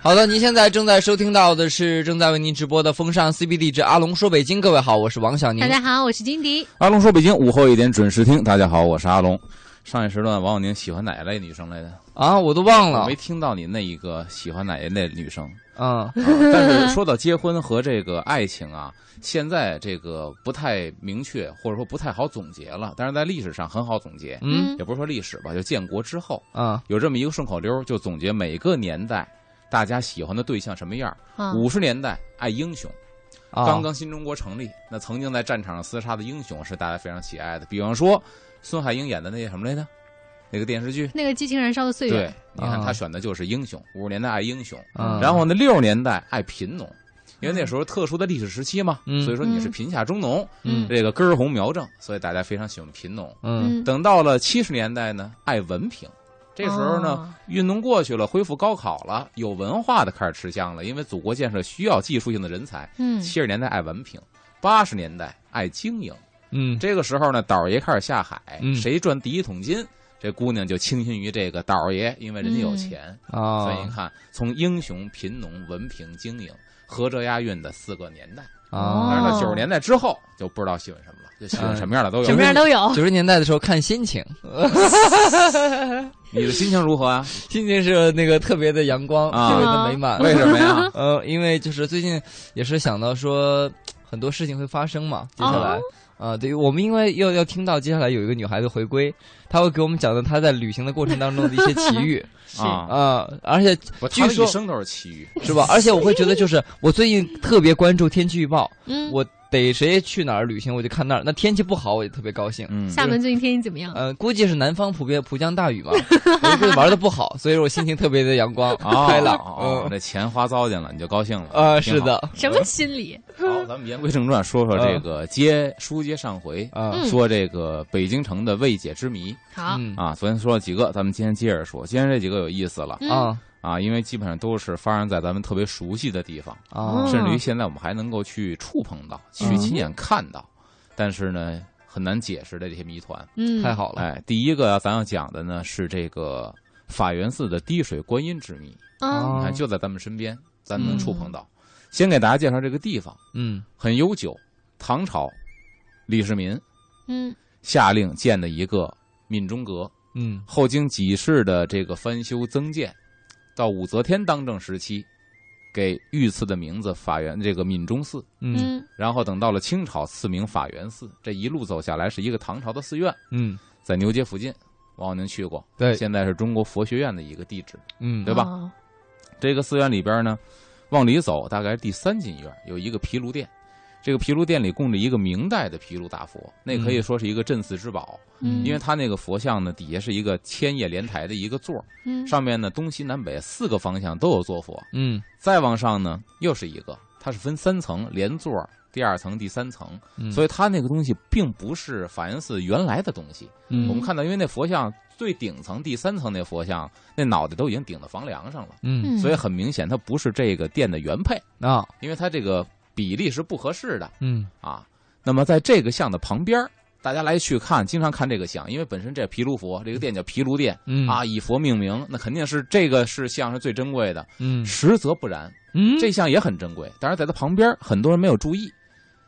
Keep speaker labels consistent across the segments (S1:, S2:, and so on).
S1: 好的，您现在正在收听到的是正在为您直播的《风尚 CBD 之阿龙说北京》，各位好，我是王小宁
S2: 大。家好，我是金迪。
S3: 阿龙说：“北京午后一点准时听。”大家好，我是阿龙。上一时段，王小宁喜欢哪一类女生来着？
S1: 啊，我都忘
S3: 我
S1: 了
S3: 没。听到你那一个喜欢哪一类女生。
S1: 嗯，
S3: 啊 但是说到结婚和这个爱情啊，现在这个不太明确，或者说不太好总结了。但是在历史上很好总结，
S1: 嗯，
S3: 也不是说历史吧，就建国之后
S1: 啊，
S3: 有这么一个顺口溜，就总结每个年代大家喜欢的对象什么样。
S1: 嗯
S2: 啊，
S3: 五十年代爱英雄。
S1: 啊
S3: 刚刚新中国成立，那曾经在战场上厮杀的英雄是大家非常喜爱的。比方说，孙海英演的那什么来着？那个电视剧。
S2: 那个激情燃烧的岁
S3: 对
S2: 月，，
S3: 你看
S1: 啊
S3: 他选的就是英雄，五十年代爱英雄，
S1: 嗯
S3: 然后呢，六十年代爱贫农，因为那时候特殊的历史时期嘛，
S1: 嗯
S3: 所以说你是贫下中农，
S1: 嗯
S3: 这个根儿红苗正，所以大家非常喜欢贫农。
S1: 嗯
S2: 嗯，
S3: 等到了七十年代呢，爱文凭。这时候呢，
S2: 哦
S3: 运动过去了，恢复高考了，有文化的开始吃香了，因为祖国建设需要技术性的人才。
S2: 嗯，
S3: 七十年代爱文凭，八十年代爱经营。
S1: 嗯
S3: 这个时候呢，倒爷开始下海，
S1: 嗯
S3: 谁赚第一桶金，这姑娘就倾心于这个倒爷，因为人家有钱。
S1: 啊
S3: 所以你看，从英雄、贫农、文凭、经营，合辙押韵的四个年代。
S2: 哦
S3: 但是
S1: 啊，哎
S3: 到九十年代之后，就不知道喜欢什么了，就喜欢什么样的都有。
S2: 什么样都有。
S1: 九十年代的时候看心情，
S3: 你的心情如 何啊？
S1: 心情是那个特别的阳光，
S3: 啊
S1: 特别的美满。
S3: 为什么呀？
S1: 呃，因为就是最近也是想到说很多事情会发生嘛，接下来。啊，对，我们因为要要听到接下来有一个女孩子回归，她会给我们讲到她在旅行的过程当中的一些奇 遇
S3: 啊，
S1: 啊、而且
S3: 我
S1: 据
S3: 他的
S1: 说
S3: 一生都是奇遇。
S1: 是吧？而且我会觉得就是我最近特别关注天气预报，
S2: 嗯，
S1: 我逮谁去哪儿旅行我就看那儿，那天气不好我就特别高兴。
S3: 嗯
S2: 厦门最近天气怎么样？
S1: 呃，估计是南方普遍普降大雨 嘛，我就玩的不好，所以我心情特别的阳光、
S3: 哦
S1: 开朗。
S3: 哦，
S1: 嗯，
S3: 这钱花糟践了，你就高兴了。
S1: 呃，
S3: 挺
S1: 是
S3: 好
S1: 的，
S2: 什么心理？
S3: 好，咱们言归正传，说说这个接书接上回，
S1: 啊、
S2: 嗯
S3: 说这个北京城的未解之谜
S2: 好，
S1: 嗯
S3: 啊。昨天说了几个，咱们今天接着说。今天这几个有意思了
S2: 嗯
S1: 啊
S3: 啊，因为基本上都是发生在咱们特别熟悉的地方，
S1: 啊
S2: 嗯
S3: 甚至于现在我们还能够去触碰到、去
S1: 嗯
S3: 亲眼看到，但是呢，很难解释的这些谜团。
S2: 嗯，
S1: 啊太，好了，
S3: 哎，第一个咱要讲的呢是这个法源寺的滴水观音之谜，
S2: 嗯
S1: 啊
S3: 你看就在咱们身边，咱们能触碰到。先给大家介绍这个地方。
S1: 嗯
S3: 很悠久，唐朝李世民
S2: 嗯
S3: 下令建的一个闽中阁，
S1: 嗯
S3: 后经几世的这个翻修增建，到武则天当政时期，给御赐的名字法源这个闽中寺，
S1: 嗯
S2: 嗯
S3: 然后等到了清朝赐名法源寺，这一路走下来是一个唐朝的寺院，
S1: 嗯，
S3: 在牛街附近，王小宁去过，
S1: 对，
S3: 现在是中国佛学院的一个地址。
S1: 嗯
S3: 对吧
S2: 哦
S3: 这个寺院里边呢，往里走大概是第三进院，有一个毗卢殿。这个毗卢殿里供着一个明代的毗卢大佛，那可以说是一个镇寺之宝，
S2: 嗯，
S3: 因为它那个佛像呢，底下是一个千叶莲台的一个座儿，
S2: 嗯
S3: 上面呢东西南北四个方向都有坐佛，
S1: 嗯
S3: 再往上呢又是一个，它是分三层，连座儿、第二层、第三层，
S1: 嗯，
S3: 所以它那个东西并不是法源寺原来的东西。
S1: 嗯
S3: 我们看到，因为那佛像最顶层第三层那佛像，那脑袋都已经顶到房梁上了。
S1: 嗯
S2: 嗯
S3: 所以很明显它不是这个店的原配，
S1: 啊
S3: 因为它这个比例是不合适的
S1: 嗯
S3: 啊。那么在这个像的旁边儿，大家来去看，经常看这个像，因为本身这毗卢佛这个店叫毗卢殿
S1: 嗯
S3: 啊，以佛命名，那肯定是这个是像是最珍贵的。
S1: 嗯
S3: 实则不然，
S1: 嗯
S3: 这像也很珍贵，但是在它旁边儿很多人没有注意。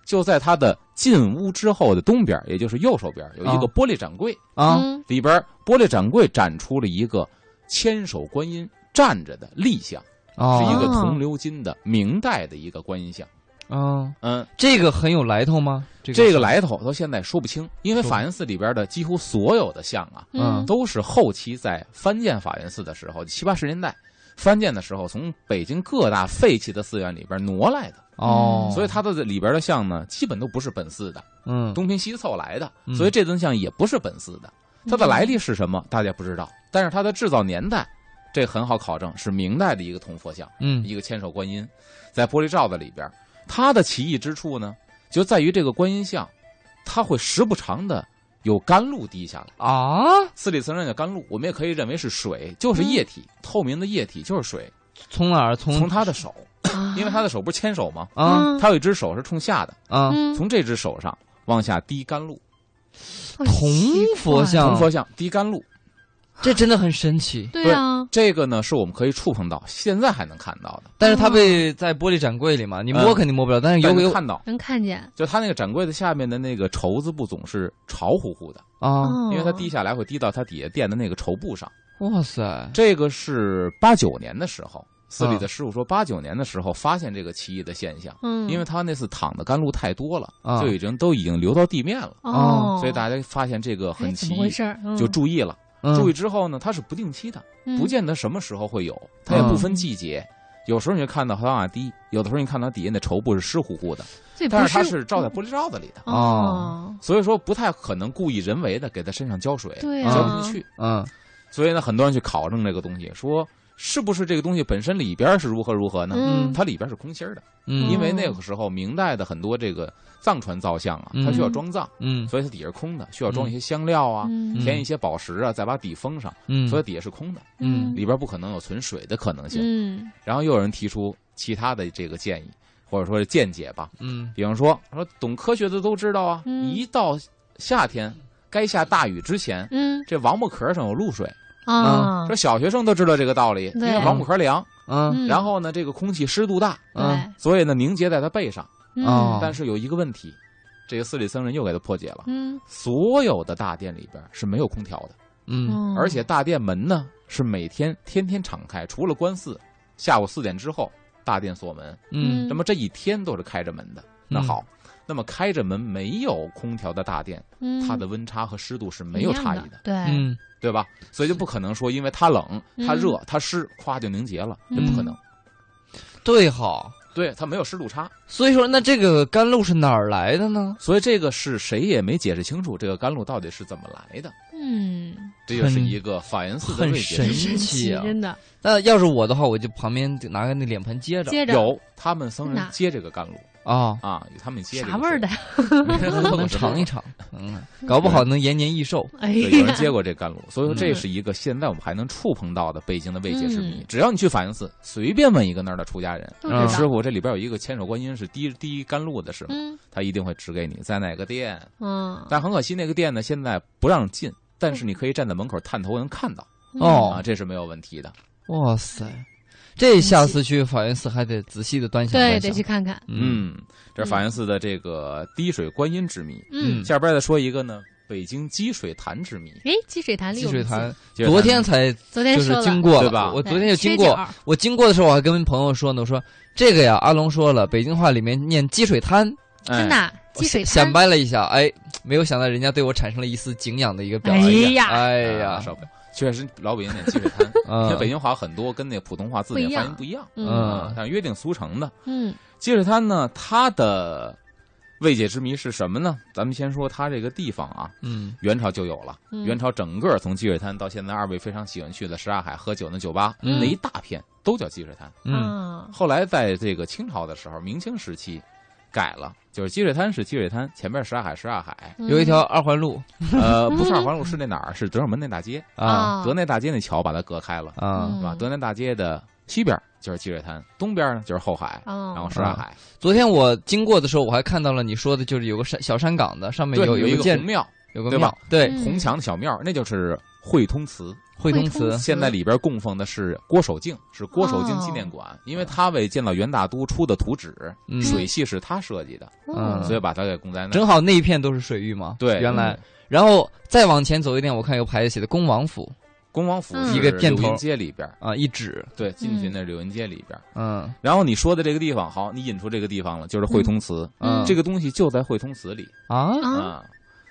S3: 就在它的进屋之后的东边儿，也就是右手边儿，有一个
S1: 啊
S3: 玻璃展柜，
S1: 啊
S2: 嗯
S3: 里边儿玻璃展柜展出了一个千手观音站着的立像。
S1: 啊
S3: 是一个
S2: 哦
S3: 铜鎏金的明代的一个观音像。
S1: 啊，
S3: 嗯，
S1: 这个很有来头吗？这个
S3: 这个
S1: 是
S3: 来头到现在说不清，因为
S1: 说不
S3: 法源寺里边的几乎所有的像啊，
S1: 嗯
S3: 都是后期在翻建法源寺的时候，七八十年代翻建的时候，从北京各大废弃的寺院里边挪来的，
S1: 哦，
S3: 嗯所以它的里边的像呢，基本都不是本寺的，
S1: 嗯
S3: 东拼西凑来的
S1: 嗯，
S3: 所以这尊像也不是本寺的。
S2: 嗯
S3: 它的来历是什么，大家不知道，但是它的制造年代，这很好考证，是明代的一个铜佛像。
S1: 嗯
S3: 一个千手观音，在玻璃罩子里边儿。它的奇异之处呢，就在于这个观音像，它会时不常的有甘露滴下来。
S1: 啊
S3: 四里层上叫甘露，我们也可以认为是水，就是液体，透明的液体就是水。
S1: 从哪儿从
S3: 从他的手，
S2: 啊
S3: 因为他的手不是牵手吗？
S1: 啊
S3: 他有一只手是冲下的，
S1: 啊
S2: 嗯
S3: 从这只手上往下滴甘露，
S2: 好
S1: 铜
S2: 奇怪
S1: 佛像
S3: 铜佛像滴甘露。
S1: 这真的很神奇。
S2: 对啊，
S3: 这个呢是我们可以触碰到，现在还能看到的，
S1: 但是它被
S2: 嗯
S1: 在玻璃展柜里嘛，你摸肯定摸不了，但是有
S3: 嗯但
S1: 有
S3: 能看到。
S2: 能看见
S3: 就它那个展柜的下面的那个绸子布总是潮乎乎的，
S1: 啊，
S2: 哦，
S3: 因为它滴下来会滴到它底下垫的那个绸布上。
S1: 哇塞，
S3: 这个是八九年的时候，寺里
S1: 啊
S3: 的师傅说，八九年的时候发现这个奇异的现象，
S2: 嗯，
S3: 因为他那次淌的甘露太多了，
S1: 啊
S3: 就已经都已经流到地面了，
S2: 哦，
S3: 啊所以大家发现这个
S2: 哎
S3: 很
S2: 怎
S3: 奇
S2: 么回
S3: 异，
S2: 事儿？嗯
S3: 就注意了。
S1: 嗯
S3: 注意之后呢，它是不定期的，
S2: 嗯
S3: 不见得什么时候会有，它也不分季节。有时候你就看到它往下滴，有的时候你看到底下那绸布是湿乎乎的，
S2: 这嗯不
S3: 但是它
S2: 是嗯
S3: 是照在啊玻璃罩子里的，
S2: 哦，
S3: 所以说不太可能故意人为的给它身上浇水，
S2: 对
S1: 啊
S3: 浇不进去。
S1: 嗯
S3: 所以呢，很多人去考证这个东西，说是不是这个东西本身里边是如何如何呢？
S2: 嗯
S3: 它里边是空心儿的，
S1: 嗯，
S3: 因为那个时候明代的很多这个藏传造像啊，
S1: 嗯
S3: 它需要装藏，
S1: 嗯
S3: 所以它底下是空的，需要装一些香料啊，
S2: 嗯
S3: 填一些宝石啊，再把底封上，
S1: 嗯，
S3: 所以底下是空的，
S1: 嗯
S3: 里边不可能有存水的可能性。
S2: 嗯
S3: 然后又有人提出其他的这个建议，或者说是见解吧，
S1: 嗯
S3: 比方说说懂科学的都知道啊，
S2: 嗯
S3: 一到夏天该下大雨之前，
S2: 嗯
S3: 这王八壳上有露水。
S2: 啊
S3: 说，小学生都知道这个道理，因
S2: 对
S3: 为王八壳凉，
S1: 嗯
S2: 嗯
S3: 然后呢，这个空气湿度大，
S1: 嗯
S2: 对
S3: 所以呢凝结在他背上。
S2: 嗯
S1: 哦
S3: 但是有一个问题，这个斯里僧人又给他破解了：
S2: 嗯，
S3: 所有的大殿里边是没有空调的，
S1: 嗯
S2: 哦
S3: 而且大殿门呢是每天天天敞开，除了观寺，下午四点之后大殿锁门。
S1: 嗯
S3: 那么这一天都是开着门的。那好，那么开着门没有空调的大殿，它的温差和湿度是没有差异的
S2: 嗯的，，对，
S1: 嗯
S3: 对吧？所以就不可能说因为它冷、它热、它湿，咵就凝结了，
S2: 嗯
S3: 这不可能。
S1: 对好，
S3: 对，它没有湿度差，
S1: 所以说那这个甘露是哪儿来的呢？
S3: 所以这个是谁也没解释清楚，这个甘露到底是怎么来的。
S2: 嗯，
S3: 这就是一个法源寺的
S1: 很
S3: 未解之
S1: 神
S3: 谜。
S2: 神
S1: 奇啊
S2: 真的。
S1: 那要是我的话，我就旁边就拿个那脸盆接着
S2: 接着
S3: 有他们僧
S2: 哪
S3: 人接这个甘露
S1: 啊，
S3: 啊，他们接这个
S2: 啥味儿的？
S3: 水？
S1: 能尝 一尝，嗯，搞不好能延年益寿。
S2: 哎
S3: 对，有人
S2: 呀，
S3: 接过这甘露，所以说这
S2: 嗯
S3: 是一个现在我们还能触碰到的北京的未解之谜。
S2: 嗯
S3: 只要你去法源寺，随便问一个那儿的出家人，
S2: 都
S1: 嗯
S2: 知
S3: 师
S2: 道，
S3: 傅这里边有一个千手观音是滴滴甘露的是吗？
S2: 嗯
S3: 他一定会指给你在哪个店。
S2: 嗯，
S3: 但很可惜，那个店呢现在不让进，但是你可以站在门口探头能看到
S2: 嗯
S1: 哦
S3: 啊，这是没有问题的。
S1: 哇塞，这下次去法源寺还得仔细的端详
S2: 对，
S1: 端
S2: 得去
S1: 详。
S2: 看看，
S1: 嗯
S3: 嗯，这是法源寺的这个滴水观音之谜。
S2: 嗯
S1: 嗯，
S3: 下边再说一个呢，北京积水潭之谜。
S2: 哎，积水潭里
S1: 积
S2: 有
S1: 水
S2: 东西
S1: 潭，昨天才
S2: 昨天
S1: 就
S2: 说
S1: 是
S2: 了
S1: 经过
S3: 对
S1: 了
S3: 吧
S1: 我
S2: 对
S1: 昨天就
S2: 缺
S1: 经过
S2: 角，儿
S1: 我经过的时候，我还跟朋友说呢，我说这个呀，阿龙说了，北京话里面念积水滩，
S3: 哎
S2: 真的啊积水
S1: 我想
S2: 潭
S1: 想，掰了一下，哎，没有想到人家对我产生了一丝敬仰的一个表
S2: 哎
S1: 达。
S2: 呀
S1: 哎
S3: 哎
S1: 呀，
S3: 受不了，确实老北京念积水潭。因为
S1: 嗯，
S3: 北京话很多跟那普通话字
S2: 不
S3: 典
S2: 一
S3: 发
S2: 样
S3: 音不一样
S2: 嗯
S3: 啊，但是约定俗成的。
S2: 嗯
S3: 积水滩呢，它的未解之谜是什么呢？咱们先说它这个地方啊，
S1: 嗯
S3: 元朝就有了。
S2: 嗯
S3: 元朝整个从积水滩到现在二位非常喜欢去的什刹海喝酒那酒吧、
S1: 嗯
S3: 那一大片都叫积水滩。
S1: 嗯
S2: 啊
S3: 后来在这个清朝的时候，明清时期改了，就是积水滩是积水滩，前面什刹海什刹海，
S2: 嗯
S1: 有一条二环路
S3: 呃，不是二环路是那哪儿？是德胜门那 大街，
S1: 啊
S2: 哦
S3: 德内大街那桥把它隔开了。
S1: 啊！
S3: 是吧？
S2: 嗯
S3: 德南大街的西边就是积水潭，东边呢就是后海，
S2: 哦
S3: 然后什刹海。
S1: 昨天我经过的时候，我还看到了你说的，就是有个山小山岗的，上面
S3: 对，
S1: 有
S3: 有一
S1: 个
S3: 个
S1: 建
S3: 红庙，
S1: 有个
S3: 对
S1: 庙
S3: 吧，
S1: 对，
S2: 嗯
S3: 红墙的小庙，那就是汇通祠。
S1: 汇
S2: 通
S1: 通祠
S2: 祠
S3: 现在里边供奉的是郭守敬，是郭守敬纪
S2: 哦
S3: 念馆，因为他为建造元大都出的图纸，
S1: 嗯
S3: 水系是他设计的，
S1: 嗯
S3: 所以把它给供在那儿。
S1: 正好那一片都是水域嘛。
S3: 对嗯
S1: 原来，然后再往前走一点，我看有牌子写的恭王府
S3: 恭王府
S2: 嗯
S3: 是
S1: 一个箭头
S3: 柳云街里边，
S1: 啊，一指，
S3: 对，进去
S2: 嗯
S3: 那是柳云街里边。
S1: 嗯
S3: 然后你说的这个地方，好，你引出这个地方了，就是汇通祠。
S1: 嗯，
S3: 这个东西就在汇通祠里
S1: 啊，
S2: 啊
S3: 啊。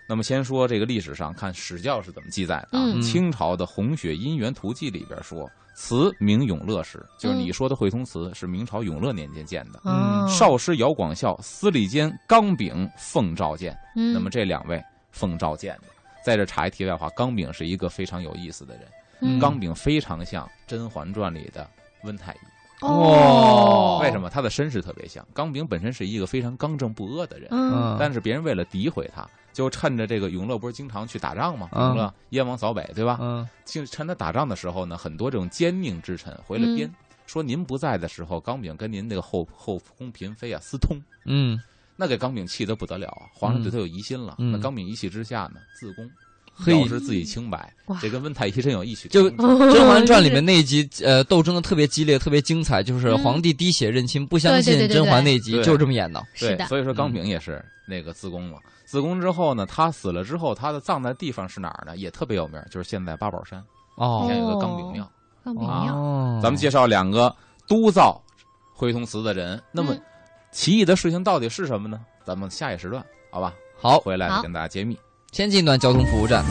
S3: 那么先说这个历史上看史教是怎么记载的啊？
S2: 嗯
S3: 清朝的《红雪姻缘图记》里边说，祠名永乐时，就是
S2: 嗯
S3: 你说的汇通祠是明朝永乐年间建的。
S2: 哦
S3: 少师姚广孝、司礼监刚炳奉诏建，
S2: 嗯
S3: 那么这两位奉诏建的。在这插一题外话，刚炳是一个非常有意思的人，
S2: 嗯
S3: 刚炳非常像《甄嬛传》里的温太医，
S2: 哦，
S3: 为什？么？他的身世特别像。刚炳本身是一个非常刚正不阿的人，
S2: 嗯
S1: 嗯
S3: 但是别人为了诋毁他，就趁着这个永乐不是经常去打仗嘛，
S1: 嗯
S3: 永乐燕王扫北，对吧？
S1: 嗯
S3: 就趁他打仗的时候呢，很多这种奸佞之臣回
S2: 嗯
S3: 了
S1: 嗯
S3: 边，说您不在的时候，刚炳跟您这个后后宫嫔妃啊私通，
S1: 嗯
S3: 那给刚炳气得不得了啊！皇上对他有疑心了，
S1: 嗯
S3: 那刚炳一气之下呢，自宫，
S1: 嘿
S3: 表示自己清白
S2: 哇，
S3: 这跟温太医真有异曲
S1: 就
S3: 同工
S1: 《
S3: 之妙
S1: 甄嬛传》 里面那一集，呃，斗争的特别激烈，特别精彩，就是
S2: 嗯
S1: 皇帝滴血认亲，不相
S2: 对对
S1: 信
S2: 对对
S1: 甄嬛
S2: 对
S1: 那一集，
S3: 对
S1: 就是这么演的。
S2: 是的
S3: 对，所以说
S1: 嗯
S3: 钢平也是那个自宫了。自宫之后呢，他死了之后，他的葬在地方是哪儿呢？也特别有名，就是现在八宝山
S1: 哦
S3: 以前有个钢
S2: 哦
S3: 饼庙。
S2: 更美妙。
S1: 哦，
S3: 咱们介绍两个督造回同祠的人。那么
S2: 嗯，
S3: 奇异的事情到底是什么呢？咱们下一时段，好吧？
S1: 好，
S3: 回来
S2: 好
S3: 再跟大家揭秘。
S1: 先进一段交通服务站。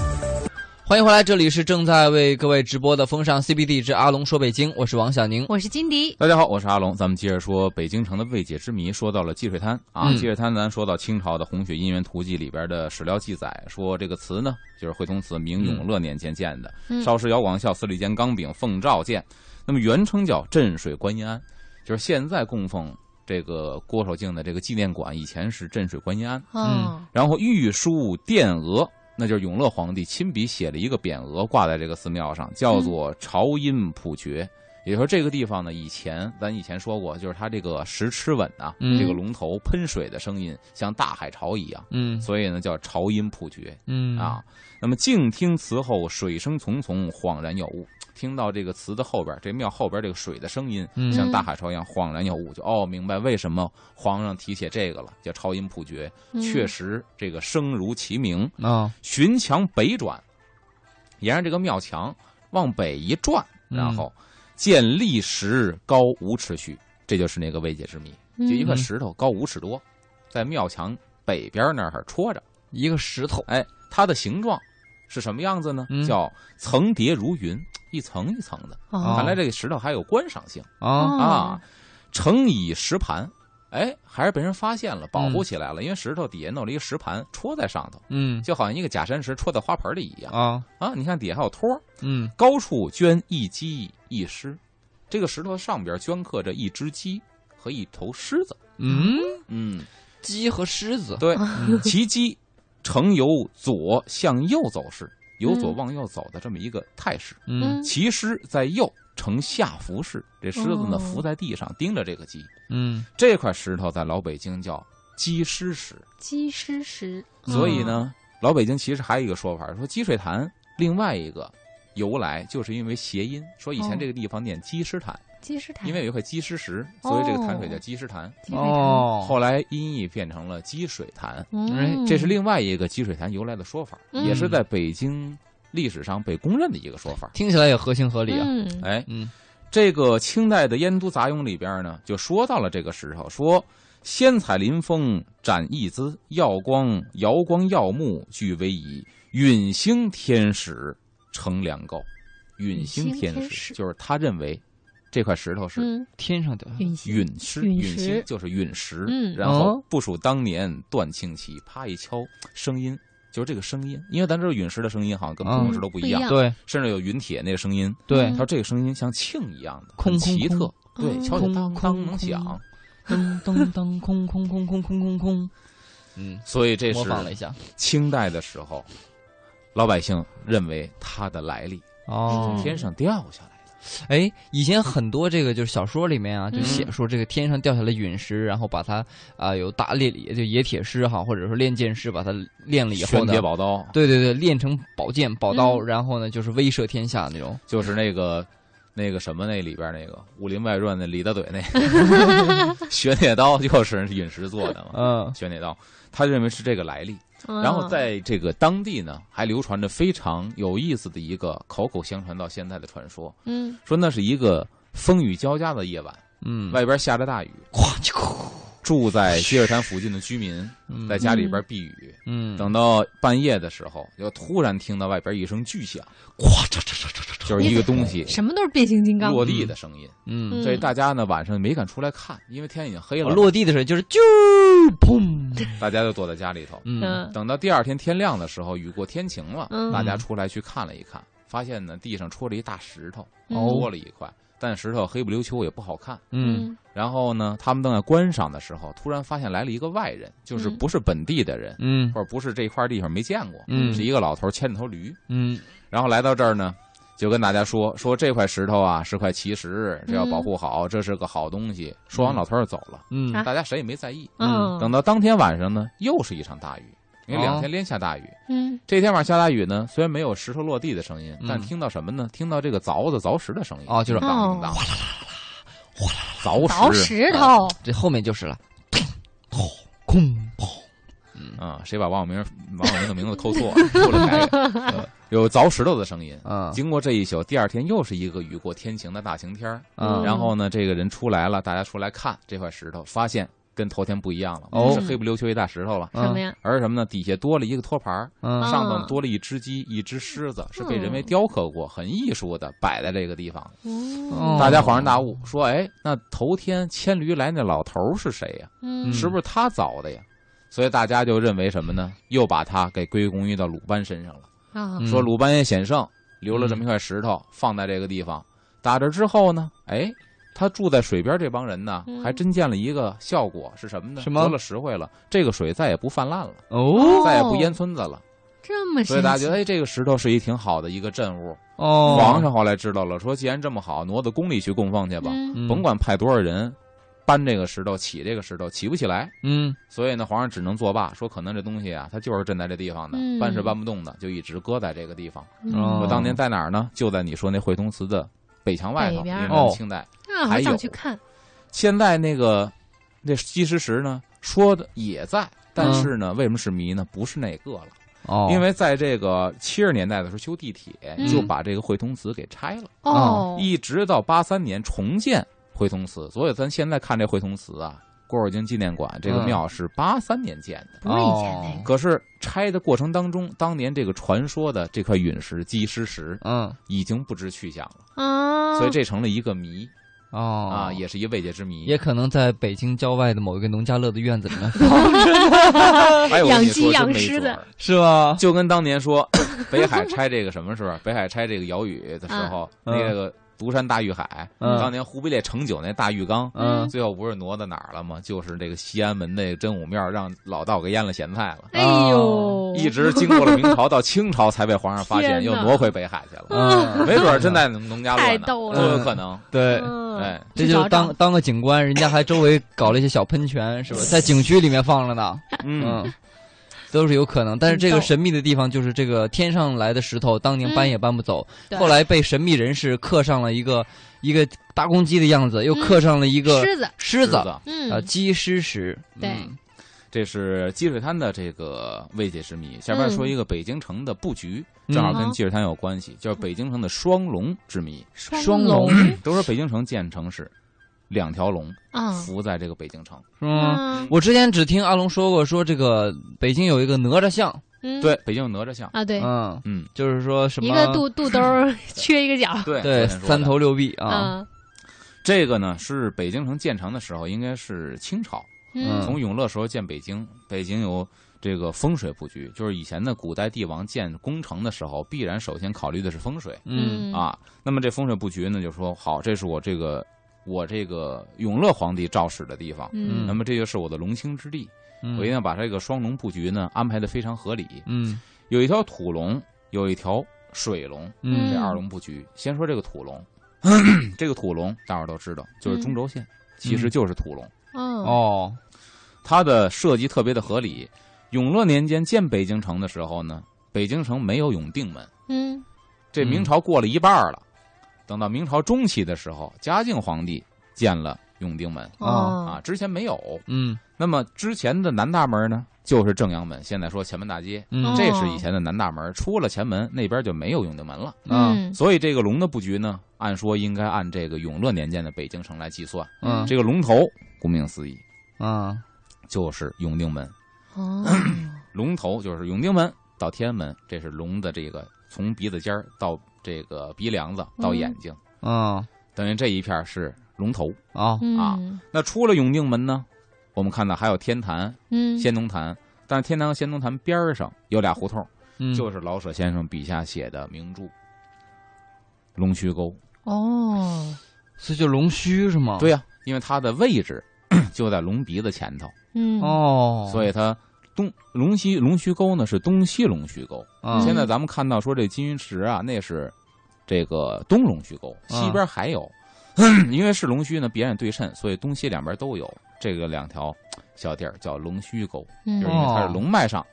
S1: 欢迎回来，这里是正在为各位直播的风尚 CBD 之阿龙说北京，我是王小宁。
S2: 我是金迪，
S3: 大家好，我是阿龙，咱们接着说北京城的未解之谜。说到了积水滩啊，
S1: 嗯
S3: 积水滩咱说到清朝的《红雪姻缘图记》里边的史料记载，说这个祠呢，就是惠通祠明
S1: 嗯
S3: 永乐年间建的，
S2: 嗯
S3: 少时姚广孝、司礼监刚炳、奉诏建，那么原称叫镇水观音庵，就是现在供奉这个郭守敬的这个纪念馆，以前是镇水观音庵。
S2: 哦，
S3: 然后御书殿额，那就是永乐皇帝亲笔写了一个匾额挂在这个寺庙上，叫做朝音普觉。也就是说，这个地方呢，以前咱以前说过，就是它这个石螭吻啊，
S1: 嗯
S3: 这个龙头喷水的声音像大海潮一样，
S1: 嗯
S3: 所以呢叫朝音普觉
S1: 嗯
S3: 啊。那么静听词后，水声淙淙，恍然有悟。听到这个词的后边，这庙后边这个水的声音，
S1: 嗯
S3: 像大海潮一样，恍然有悟，就哦，明白为什么皇上提写这个了，叫朝音普觉。
S2: 嗯
S3: 确，实这个声如其名。
S1: 啊，
S3: 寻墙北转，沿着这个庙墙往北一转，
S1: 嗯
S3: 然后见砾石高五尺许，这就是那个未解之谜，就一块
S1: 嗯
S3: 石头高五尺多，在庙墙北边那儿戳着。
S1: 一个石头，
S3: 哎，它的形状是什么样子呢
S1: 嗯？
S3: 叫层叠如云，一层一层的。
S1: 哦
S3: 看来这个石头还有观赏性。
S2: 哦
S1: 啊，
S3: 啊，，乘以石盘，哎，还是被人发现了，保护起来了，因为石头底下弄了一个石盘戳在上头，
S1: 嗯
S3: 就好像一个假山石戳在花盆里一样
S1: 啊，
S3: 啊。你看底下还有托儿，
S1: 嗯
S3: 高处镌一鸡一狮，这个石头上边镌刻着一只鸡和一头狮子。
S1: 嗯，
S3: 嗯，
S1: 鸡和狮子，
S3: 对，
S1: 嗯
S3: 其鸡呈由左向右走势，由左
S2: 嗯
S3: 往右走的这么一个态势。
S1: 嗯
S3: 其狮在右呈下伏势，这狮子呢
S2: 哦
S3: 伏在地上盯着这个鸡。
S1: 嗯
S3: 这块石头在老北京叫鸡尸石，
S2: 鸡尸石，嗯
S3: 所以呢，老北京其实还有一个说法，说积水潭另外一个由来就是因为谐音，说以前这个地方念鸡尸潭，
S2: 哦，鸡尸潭，
S3: 因为有一块鸡尸石，所以这个潭
S2: 哦
S3: 水叫鸡尸潭。
S2: 鸡水潭，
S1: 哦，
S3: 后来音译变成了积水潭，
S1: 哎
S2: 嗯，
S3: 这是另外一个积水潭由来的说法，
S2: 嗯
S3: 也是在北京历史上被公认的一个说法。
S1: 听起来也合情合理啊。
S2: 嗯
S3: 哎，
S1: 嗯
S3: 这个清代的《燕都杂咏》里边呢，就说到了这个石头，说仙采临风展翼姿，耀光瑶光耀目俱为仪，陨星天使乘两高。陨星天
S2: 陨星天
S3: 使
S2: 使
S3: 就是他认为这块石头是
S2: 嗯，
S1: 天上的
S2: 陨石，
S3: 陨石，
S2: 陨
S3: 陨
S2: 石
S3: 星就是陨石，
S2: 嗯
S3: 然后
S1: 哦
S3: 部署当年断庆期，啪一敲，声音就是这个声音，因为咱知道陨石的声音好像跟普通石头不一样，
S2: 嗯不一
S1: 对
S3: 甚至有陨铁那个声音，
S1: 对
S3: 他，说这个声音像磬一样的，
S1: 空空
S3: 很奇
S1: 空
S3: 特，对，
S2: 嗯
S3: 敲起
S1: 空
S3: 来当当能
S1: 空
S3: 响，
S1: 噔噔噔，空空空空空空空，嗯，
S3: 所以这
S1: 模仿了一
S3: 是
S1: 下。
S3: 清代的时候，老百姓认为它的来历，
S1: 哦
S3: 天上掉下来的，
S1: 哎，以前很多这个就是小说里面啊，就
S2: 嗯
S1: 写说这个天上掉下来陨石，然后把它啊、有大炼就冶铁师哈，或者说炼剑师把它炼了以后
S3: 玄
S1: 呢
S3: 铁，宝刀
S1: 对对对，炼成宝剑宝刀，
S2: 嗯
S1: 然后呢就是威慑天下那种。
S3: 就是那个。那个什么那里边那个《武林外传》那李大嘴那 个玄铁刀就是陨石做的嘛，
S1: 嗯
S3: 玄铁刀，他认为是这个来历。
S2: 嗯
S3: 然后在这个当地呢，还流传着非常有意思的一个口口相传到现在的传说，
S2: 嗯，
S3: 说那是一个风雨交加的夜晚，
S1: 嗯，
S3: 外边下着大雨，
S1: 咵叽咕，
S3: 住在积水潭附近的居民
S1: 嗯
S3: 在家里边避雨，
S1: 嗯，
S3: 等到半夜的时候，就突然听到外边一声巨响，
S1: 咵嚓嚓嚓嚓嚓，哎
S3: 就是一个东西
S2: 什么都是变形金刚，
S3: 落地的声音。
S1: 嗯，哦
S2: 嗯
S3: 所以大家呢晚上没敢出来看，因为天已经黑了，
S1: 落地的时候就是啾砰，
S3: 大家就躲在家里头。
S1: 嗯
S2: 嗯
S3: 等到第二天天亮的时候，雨过天晴了，
S2: 嗯
S3: 大家出来去看了一看，发现呢地上戳着一大石头，
S2: 嗯
S1: 哦
S3: 多了一块，但石头黑不溜秋也不好看。
S1: 嗯
S3: 然后呢，他们正在观赏的时候，突然发现来了一个外人，就是
S2: 嗯
S3: 不是本地的人，
S1: 嗯
S3: 或者不是这块地方没见过，
S1: 嗯
S3: 是一个老头牵着头驴，
S1: 嗯
S3: 然后来到这儿呢，就跟大家说说这块石头啊是块奇石，这要
S2: 嗯
S3: 保护好，这是个好东西。说完，老头儿就走了，
S1: 嗯
S2: 啊
S3: 大家谁也没在意。
S2: 嗯，
S3: 等到当天晚上呢，又是一场大雨，因为两天连下大雨。
S2: 嗯，
S3: 这天晚上下大雨呢，虽然没有石头落地的声音，
S1: 嗯
S3: 但听到什么呢？听到这个凿子凿石的声音。
S1: 哦就是
S3: 叮当叮当，
S2: 哦
S3: 哗啦啦啦啦啦，
S2: 倒
S3: 凿石，
S2: 石头，
S1: 这后面就是了，砰空砰，
S3: 啊！谁把王小明王小明的名字扣错了？出来改改。呃 有凿石头的声音。
S1: 嗯
S3: 经过这一宿，第二天又是一个雨过天晴的大晴天儿。
S1: 嗯
S2: 嗯
S3: 哎然后呢，这个人出来了，大家出来看这块石头，发现跟头天不一样了，
S1: 哦
S3: 不是黑不溜秋一大石头了，
S2: 什么呀？
S3: 而是什么呢？底下多了一个托盘儿，
S1: 嗯
S2: 啊
S3: 上头多了一只鸡，一只狮子，是被人为雕刻过，很艺术的摆在这个地方。
S2: 嗯
S1: 哦
S3: 嗯大家恍然大悟，说：“哎，那头天牵驴来那老头儿是谁呀？
S2: 嗯，
S3: 是不是他凿的呀？”所以大家就认为什么呢？又把他给归功于到鲁班身上了。
S2: 啊
S1: 嗯
S3: 说鲁班也险胜，留了这么一块石头放在这个地方。打这之后呢，哎，他住在水边这帮人呢，
S2: 嗯
S3: 还真见了一个效果是什么呢？
S1: 什么
S3: 得了实惠了，这个水再也不泛滥了，
S1: 哦
S3: 再也不淹村子了。
S2: 这么神
S3: 所以大家
S2: 奇
S3: 觉得，哎，这个石头是一挺好的一个镇物。
S1: 哦，
S3: 皇上后来知道了，说既然这么好，挪到宫里去供奉哎去吧，
S2: 嗯
S1: 嗯
S3: 甭管派多少人搬这个石头、起这个石头，起不起来。
S1: 嗯
S3: 所以呢，皇上只能作罢，说可能这东西啊，它就是镇在这地方的，
S2: 嗯
S3: 搬是搬不动的，就一直搁在这个地方。
S1: 哦
S3: 我
S2: 嗯，
S3: 当年在哪儿呢？就在你说那惠通祠的北墙外
S2: 北
S3: 头，因
S2: 边
S3: 为
S2: 儿
S1: 哦
S3: 那是清代。
S2: 那
S3: 还
S2: 好
S3: 有
S2: 想去看，
S3: 现在那个那鸡石石呢，说的也在，但是呢，为什么是谜呢？不是那个了，
S1: 嗯哦，
S3: 因为在这个七十年代的时候修地铁，
S2: 嗯
S3: 就把这个惠通祠给拆了，
S2: 哦，
S3: 啊一直到八三年重建惠通祠。所以咱现在看这惠通祠啊，郭守敬纪念馆这
S1: 嗯
S3: 个庙是八三年建的。
S2: 不是以前那个，
S3: 可是拆的过程当中，当年这个传说的这块陨石鸡石石
S1: 嗯
S3: 已经不知去向了。
S2: 啊，
S3: 哦所以这成了一个谜
S1: 哦
S3: 啊，也是一未解之谜。
S1: 也可能在北京郊外的某一个农家乐的院子里面，
S3: 还有我跟你说
S2: 养鸡养
S3: 真没
S2: 狮
S3: 准儿
S2: 子
S1: 是吧？
S3: 就跟当年说北海拆这个什么时候，北海拆这个姚宇的时候，
S1: 嗯
S3: 那个独山大玉海，
S1: 嗯
S3: 当年忽必烈盛酒那大浴缸，
S1: 嗯
S3: 最后不是挪到哪儿了吗？就是这个西安门那真武庙让老道给淹了咸菜了。
S2: 哎呦，
S3: 一直经过了明朝到清朝，才被皇上发现，
S2: 天
S3: 又
S2: 哪
S3: 挪回北海去了。
S1: 嗯，
S3: 没准儿真在农家乐
S2: 太
S3: 呢，
S2: 逗
S3: 都
S2: 了
S3: 有可能。
S1: 对。
S2: 嗯
S3: 哎，
S1: 这
S2: 去
S1: 就
S2: 找
S1: 是当
S2: 找
S1: 当个警官，人家还周围搞了一些小喷泉，是吧？在景区里面放着呢，
S3: 嗯
S1: 嗯，都是有可能。但是这个
S2: 真逗嗯
S1: 神秘的地方就是这个天上来的石头，当年搬也搬不走，
S2: 对
S1: 后来被神秘人士刻上了一个一个大公鸡的样子，又刻上了一个
S2: 嗯狮子，
S1: 狮子，
S3: 呃
S1: 啊，
S2: 嗯，
S1: 鸡狮石。
S2: 对
S1: 嗯
S3: 这是积水滩的这个未解之谜。下边说一个北京城的布局，
S1: 嗯
S3: 正好跟积水滩有关系，叫北京城的双龙之谜。
S1: 双龙
S3: 都说北京城建成是两条龙
S1: 嗯
S2: 啊，
S3: 浮在这个北京城，
S2: 嗯
S1: 是吗？嗯我之前只听阿龙说过，说这个北京有一个哪吒像，
S2: 嗯，
S3: 对，北京有哪吒像，
S2: 啊，对，
S1: 嗯
S3: 嗯，
S1: 就是说什么
S2: 一个肚肚兜 儿缺一个角儿，
S3: 对
S1: 对三。头六臂啊，
S2: 啊，
S3: 这个呢是北京城建成的时候，应该是清朝，
S1: 嗯
S2: 嗯
S3: 从永乐时候建北京，北京有。这个风水布局，就是以前的古代帝王建宫城的时候，必然首先考虑的是风水。
S1: 嗯
S3: 啊。那么这风水布局呢，就说好，这是我这个我这个永乐皇帝肇始的地方，
S2: 嗯
S3: 那么这就是我的龙兴之地，
S1: 嗯
S3: 我一定要把这个双龙布局呢安排的非常合理。
S1: 嗯
S3: 有一条土龙，有一条水龙，这
S1: 嗯
S2: 嗯
S3: 二龙布局。先说这个土龙， 这个土龙大伙儿都知道，就是中轴线，其实就是土龙，
S2: 嗯
S1: 哦
S3: 它的设计特别的合理。永乐年间建北京城的时候呢，北京城没有永定门。
S2: 嗯
S3: 这明朝过了一半儿了，等到明朝中期的时候，嘉靖皇帝建了永定门啊，
S2: 哦
S3: 之前没有。
S1: 嗯
S3: 那么之前的南大门呢，就是正阳门，现在说前门大街，
S2: 哦
S1: 嗯
S3: 这是以前的南大门。出了前门，那边就没有永定门了。
S1: 啊
S2: 嗯
S3: 所以这个龙的布局呢，按说应该按这个永乐年间的北京城来计算。
S1: 嗯
S3: 这个龙头，顾名思义，
S1: 啊
S3: 就是永定门。
S2: 哦，
S3: 龙头就是永定门到天安门，这是龙的这个从鼻子尖儿到这个鼻梁子到眼睛。
S1: 啊
S3: 等于这一片儿是龙头。
S1: 啊
S3: 啊
S2: 嗯
S3: 那出了永定门呢，我们看到还有天坛、
S2: 嗯，
S3: 先农坛，但是天坛和先农坛边儿上有俩胡同，
S1: 嗯
S3: 就是老舍先生笔下写的名著《龙须沟》。
S2: 哦，
S1: 所以就龙须是吗？
S3: 对呀、因为它的位置就在龙鼻子前头，
S2: 嗯
S1: 哦，
S3: 所
S1: 以
S3: 以它东龙须龙须沟呢是东西龙须沟。
S2: 嗯
S3: 现在咱们看到说这金鱼池啊，那是这个东龙须沟，西
S2: 嗯
S3: 边还有， 因为是龙须呢，别人对称，所以东西两边都有这个两条小地儿叫龙须沟，
S2: 嗯
S3: 就是因为它是龙脉上。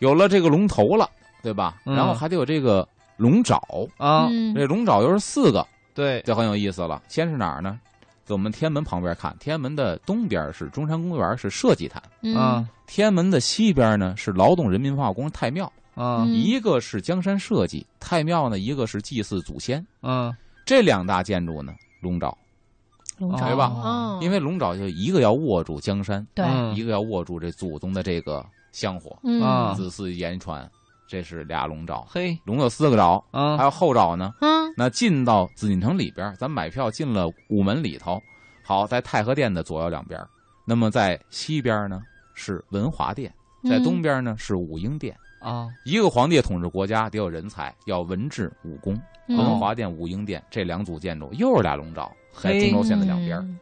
S3: 有了这个龙头了，对吧？
S1: 嗯
S3: 然后还得有这个龙爪，
S1: 啊，
S2: 嗯
S3: 这龙爪又是四个，
S1: 对，
S3: 就很有意思了。先是哪儿呢？在我们天安门旁边看，天安门的东边是中山公园，是社稷坛；
S2: 嗯
S1: 啊
S3: 天安门的西边呢是劳动人民文化宫太庙，
S1: 啊
S2: 嗯
S3: 一个是江山社稷太庙呢，一个是祭祀祖先。
S1: 嗯
S3: 这两大建筑呢，龙爪，
S2: 龙爪
S3: 对吧
S2: 哦
S3: 因为龙爪就一个要握住江山，
S2: 对，
S1: 嗯
S3: 一个要握住这祖宗的这个香火，
S2: 嗯
S1: 啊
S3: 子嗣言传，这是俩龙爪。
S1: 嘿
S3: 龙有四个爪，还
S1: 啊
S3: 有后爪呢。
S2: 嗯
S3: 那进到紫禁城里边儿，咱买票进了午门里头，好，在太和殿的左右两边儿，那么在西边儿呢是文华殿，在
S2: 嗯
S3: 东边儿呢是武英殿。
S1: 啊
S3: 一个皇帝统治国家得有人才，要文治武功。
S2: 嗯
S3: 文华殿、武英殿这两组建筑又是俩龙爪，在
S1: 嘿
S3: 中轴线的两边儿。
S2: 嗯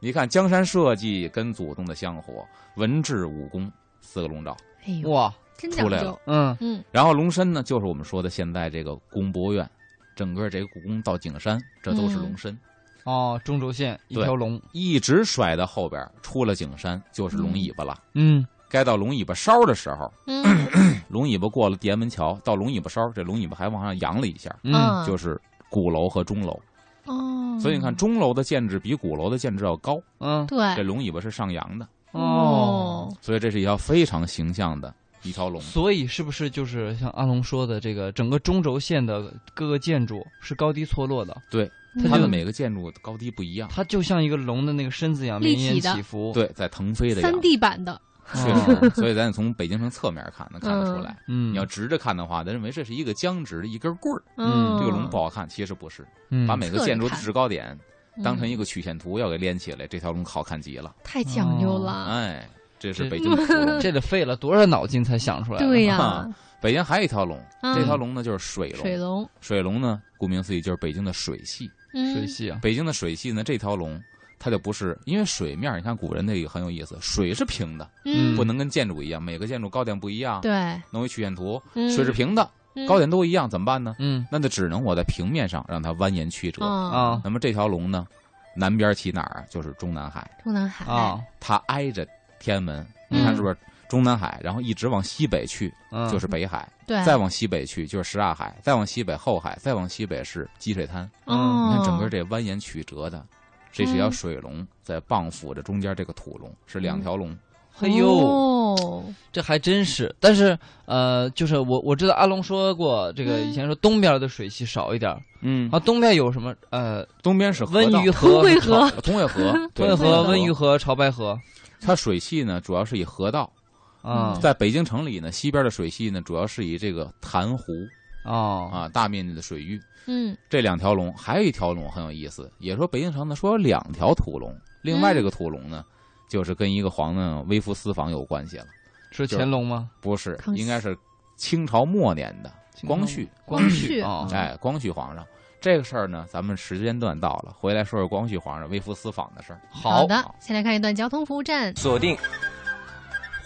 S3: 你看江山社稷跟祖宗的香火，文治武功四个龙爪。
S2: 哎呦，
S1: 哇
S2: 真
S3: 出
S2: 讲
S3: 来
S2: 究
S3: 了，
S1: 嗯
S2: 嗯
S3: 然后龙身呢，就是我们说的现在这个宫博院，整个这个故宫到景山，这都
S1: 嗯
S3: 是龙身，
S1: 哦，中轴线一
S3: 对
S1: 条龙，
S3: 一直甩到后边儿，出了景山就是龙尾巴了。
S1: 嗯
S3: 该到龙尾巴梢的时候，
S2: 嗯
S3: 龙尾巴过了地安门桥，到龙尾巴梢，这龙尾巴还往上扬了一下，
S1: 嗯
S3: 就是是鼓楼和钟楼。
S2: 啊哦，
S3: 所以你看，钟楼的建制比鼓楼的建制要高，
S1: 嗯
S3: 这
S2: 对
S3: 龙尾巴是上扬的，
S1: 哦，
S3: 所以这是一条非常形象的一条龙。
S1: 所以是不是就是像阿龙说的，这个整个中轴线的各个建筑是高低错落的，它
S3: 它
S1: 就
S2: 嗯
S3: 的每个建筑高低不一样，
S1: 它就像一个龙的那个身子一样绵
S2: 立体
S1: 延
S2: 的
S1: 起伏。
S3: 对，在腾飞的样
S2: 三
S3: 子。
S2: D 嗯版的，
S3: 确
S1: 哦
S3: 实，所以咱从北京城侧面看能看得出来。
S1: 嗯，
S3: 你要直着看的话，咱认为这是一个僵直的一根棍儿，
S1: 嗯
S2: 嗯，
S3: 这个龙不好看，其实不是，
S1: 嗯
S3: 把每个建筑
S2: 侧着
S3: 的
S2: 看
S3: 制高点当成一
S2: 个
S3: 个曲线图要给连起来，这条龙好看极了。
S2: 嗯太讲究
S1: 嗯
S2: 了，
S3: 哎，这是
S1: 这
S3: 北京的古
S2: 嗯
S3: 龙。
S1: 这得费了多少脑筋才想出来的？
S2: 对呀
S3: 啊，北京还有一条龙，
S2: 嗯
S3: 这条龙呢就是水龙。
S2: 水龙，
S3: 水龙呢，顾名思义就是北京的水系。
S2: 嗯
S1: 水系啊，
S3: 北京的水系呢，这条龙它就不是因为水面儿，你看古人那个很有意思，水是平的，
S2: 嗯，
S3: 不能跟建筑一样，每个建筑高点不一样，
S2: 对，
S3: 弄一曲线图，
S2: 嗯
S3: 水是平的，高点都一样，怎么办呢？
S1: 嗯
S3: 那就只能我在平面上让它蜿蜒曲折。
S2: 啊
S1: 啊
S3: 那么这条龙呢，南边起哪儿啊？就是中南海，
S2: 中南海，
S1: 啊，
S3: 它挨着天安门，
S1: 嗯
S3: 你看是不是？中南海，然后一直往西北去
S1: 嗯
S3: 就是北海，
S2: 对，
S3: 再往西北去就是什刹海，再往西北后海，再往西北是积水滩。
S2: 哦，
S3: 嗯
S2: 嗯
S3: 你看整个这蜿蜒曲折的，这是一条水龙在傍辅着中间这个土龙，是两条龙。
S1: 嘿呦，
S2: 哦
S1: 这还真是。但是呃，就是我我知道阿龙说过，这个
S2: 嗯
S1: 以前说东边的水系少一点儿，
S3: 嗯
S1: 啊，东边有什么呃
S3: 东边是河
S1: 温
S3: 道
S1: 榆
S2: 通
S1: 河、
S2: 惠河，
S3: 呃通惠河，
S1: 啊 通
S3: 对
S1: 惠河、
S2: 通惠河
S1: 温榆河、潮白河
S3: 它水系呢主要是以河道。
S1: 啊
S3: 在北京城里呢，西边的水系呢，主要是以这个潭湖
S1: 哦
S3: 啊大面积的水域。
S2: 嗯，
S3: 这两条龙，还有一条龙很有意思，也说北京城呢说有两条土龙，另外这个土龙呢，就是跟一个皇呢微服私访有关系了，
S1: 是乾隆吗？
S3: 不是
S2: 康，熙
S3: 应该是清朝末年的光绪，
S1: 光
S2: 光绪
S1: 绪啊，哦
S3: 哎，光绪皇上。这个事儿呢，咱们时间段到了，回来说说光绪皇上微服私访的事儿。
S1: 好
S2: 的，先来看一段交通服务站，
S1: 锁定。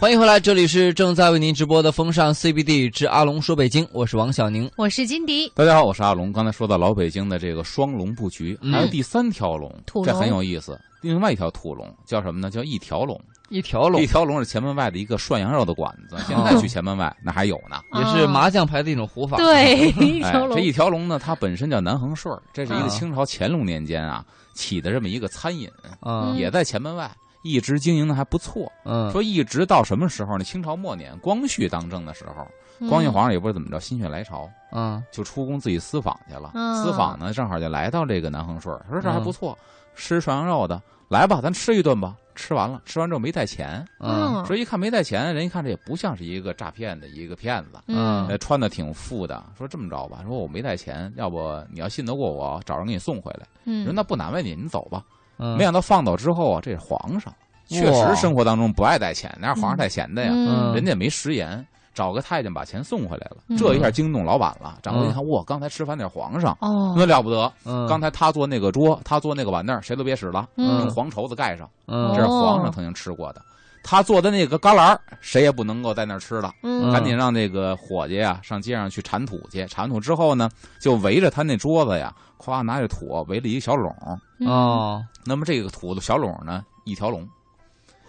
S1: 欢迎回来，这里是正在为您直播的风尚 CBD 之阿龙说北京，我是王小宁。
S2: 我是金迪，
S3: 大家好，我是阿龙。刚才说到老北京的这个双龙布局，
S1: 嗯
S3: 还有第三条龙，
S2: 土龙
S3: 这很有意思。另外一条土龙叫什么呢？叫一条龙。
S1: 一条龙
S3: 一条龙是前门外的一个涮羊肉的馆 子，现在去前门外那还有呢。
S1: 也是麻将牌的一种胡法。，
S2: 对， 一
S3: 哎
S2: 条，龙嗯
S3: 这，一条龙呢，它本身叫南恒顺儿，这是一
S1: 啊
S3: 个清朝乾隆年间啊起的这么一个餐饮，
S1: 嗯
S3: 也在前门外，一直经营的还不错。
S1: 嗯，
S3: 说一直到什么时候呢？清朝末年，光绪当政的时候，
S2: 嗯
S3: 光绪皇上也不知道怎么着，心血来潮
S1: 嗯
S3: 就出宫自己私访去了。
S2: 嗯
S3: 私访呢，正好就来到这个南恒顺儿，说这儿还不错，吃涮羊肉的，来吧，咱吃一顿吧。吃完了，吃完之后没带钱，
S1: 嗯，
S3: 说一看没带钱，人一看这也不像是一个诈骗的一个骗子，
S2: 嗯
S3: 呃，穿的挺富的。说这么着吧，说我没带钱，要不你要信得过我，找人给你送回来。
S2: 嗯，
S3: 人那不难为你，你走吧。
S1: 嗯
S3: 没想到放走之后啊，这是皇上，确
S1: 哇
S3: 实生活当中不爱带钱，哪有皇上带钱的呀？
S1: 嗯
S3: 人家也没食言，找个太监把钱送回来了，
S2: 嗯
S3: 这一下惊动老板了。掌柜一看，哇，刚才吃饭那是皇上，
S2: 哦，
S3: 那了不得！
S1: 嗯，
S3: 刚才他坐那个桌，他坐那个碗那儿，谁都别使了，用
S1: 嗯
S3: 黄绸子盖上。
S1: 嗯
S3: 这是皇
S2: 哦
S3: 上曾经吃过的。他做的那个旮旯儿，谁也不能够在那儿吃了，
S2: 嗯
S3: 赶紧让这个伙计啊上街上去铲土去。铲土之后呢，就围着他那桌子呀，夸拿着土啊围了一个小笼儿。
S2: 嗯
S1: 哦
S3: 那么这个土的小笼儿呢，一条龙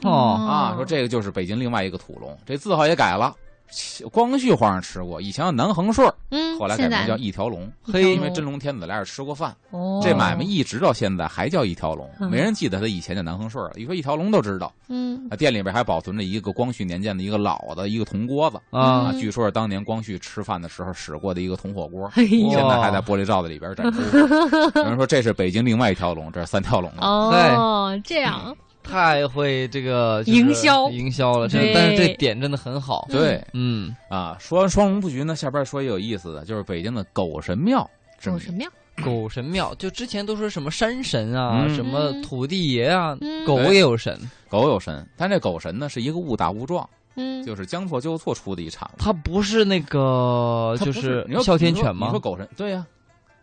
S1: 哦
S2: 哦
S3: 啊，说这个就是北京另外一个土龙，这字号也改了，光绪皇上吃过，以前叫南恒顺儿，
S2: 嗯，
S3: 后来改
S2: 现
S3: 名
S2: 在
S3: 叫一条龙，
S1: 嘿
S3: 因为真龙天子来这儿吃过饭，
S2: 哦，
S3: 这买卖一直到现在还叫一条龙，
S2: 嗯
S3: 没人记得他以前叫南恒顺儿了。一说一条龙都知道，
S2: 嗯
S3: 啊，店里边还保存着一个光绪年间的一个老的一个铜锅子
S2: 嗯
S3: 啊，
S1: 啊，
S3: 据说是当年光绪吃饭的时候使过的一个铜火锅，
S2: 哎呦
S3: 现在还在玻璃罩子里边展出。有人说这是北京另外一条龙，这是三条龙了。哎
S2: 哦，这
S3: 嗯
S2: 样
S1: 太会这个就是
S2: 营销
S1: 营销了，这
S2: 对
S1: 但是这点真的很好。
S3: 对
S1: 嗯，
S3: 啊，说完双龙布局呢，下边说一有意思的，就是北京的狗神庙之谜。
S2: 哦有什么呀？
S1: 狗神庙就之前都说什么山神啊，
S3: 嗯
S1: 什么土地爷啊，
S2: 嗯
S1: 狗也有神，
S3: 狗有神，但这狗神呢是一个误打误撞，
S2: 嗯，
S3: 就是将错就错出的一产物。
S1: 它不是那个
S3: 它
S1: 就
S3: 不是
S1: 是
S3: 你说
S1: 哮天
S3: 你说
S1: 犬吗
S3: 你说？狗神对呀、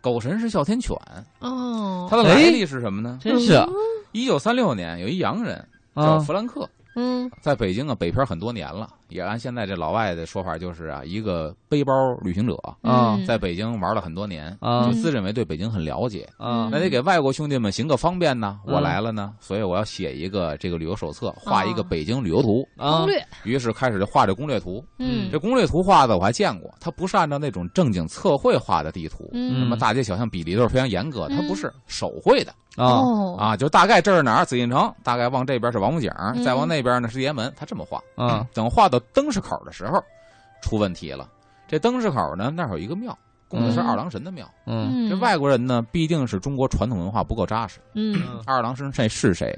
S3: 狗神是哮天犬，
S2: 哦，
S3: 它的
S1: 哎
S3: 来历是什么呢？
S1: 真是啊
S3: 一九三六年，有一洋人叫
S1: 啊
S3: 弗兰克，
S2: 嗯
S3: 在北京啊北漂很多年了，也按现在这老外的说法就是啊，一个背包旅行者，
S1: 啊
S2: 嗯
S3: 在北京玩了很多年，
S1: 啊
S3: 就自认为对北京很了解。
S2: 嗯
S1: 啊
S3: 那得给外国兄弟们行个方便呢，
S1: 嗯
S3: 我来了呢，所以我要写一个这个旅游手册，画一个
S2: 哦
S3: 北京旅游图。
S1: 啊
S2: 攻！略，
S3: 于是开始就画这攻略图。
S2: 嗯
S3: 这攻略图画的我还见过，它不是按照那种正经测绘画的地图，
S2: 嗯
S3: 那么大街小巷比例都是非常严格的，它不是手绘的
S1: 啊
S2: 哦
S3: 啊，就大概这是哪儿紫禁城，大概往这边是王府井，
S2: 嗯
S3: 再往那边呢是天安门，它这么画。
S1: 啊
S3: 等画到灯市口的时候，出问题了。这灯市口呢，那儿有一个庙，供的是
S2: 嗯
S3: 二郎神的庙。
S1: 嗯
S2: 嗯
S3: 这外国人呢，必定是中国传统文化不够扎实。
S2: 嗯
S3: 二郎神这是谁？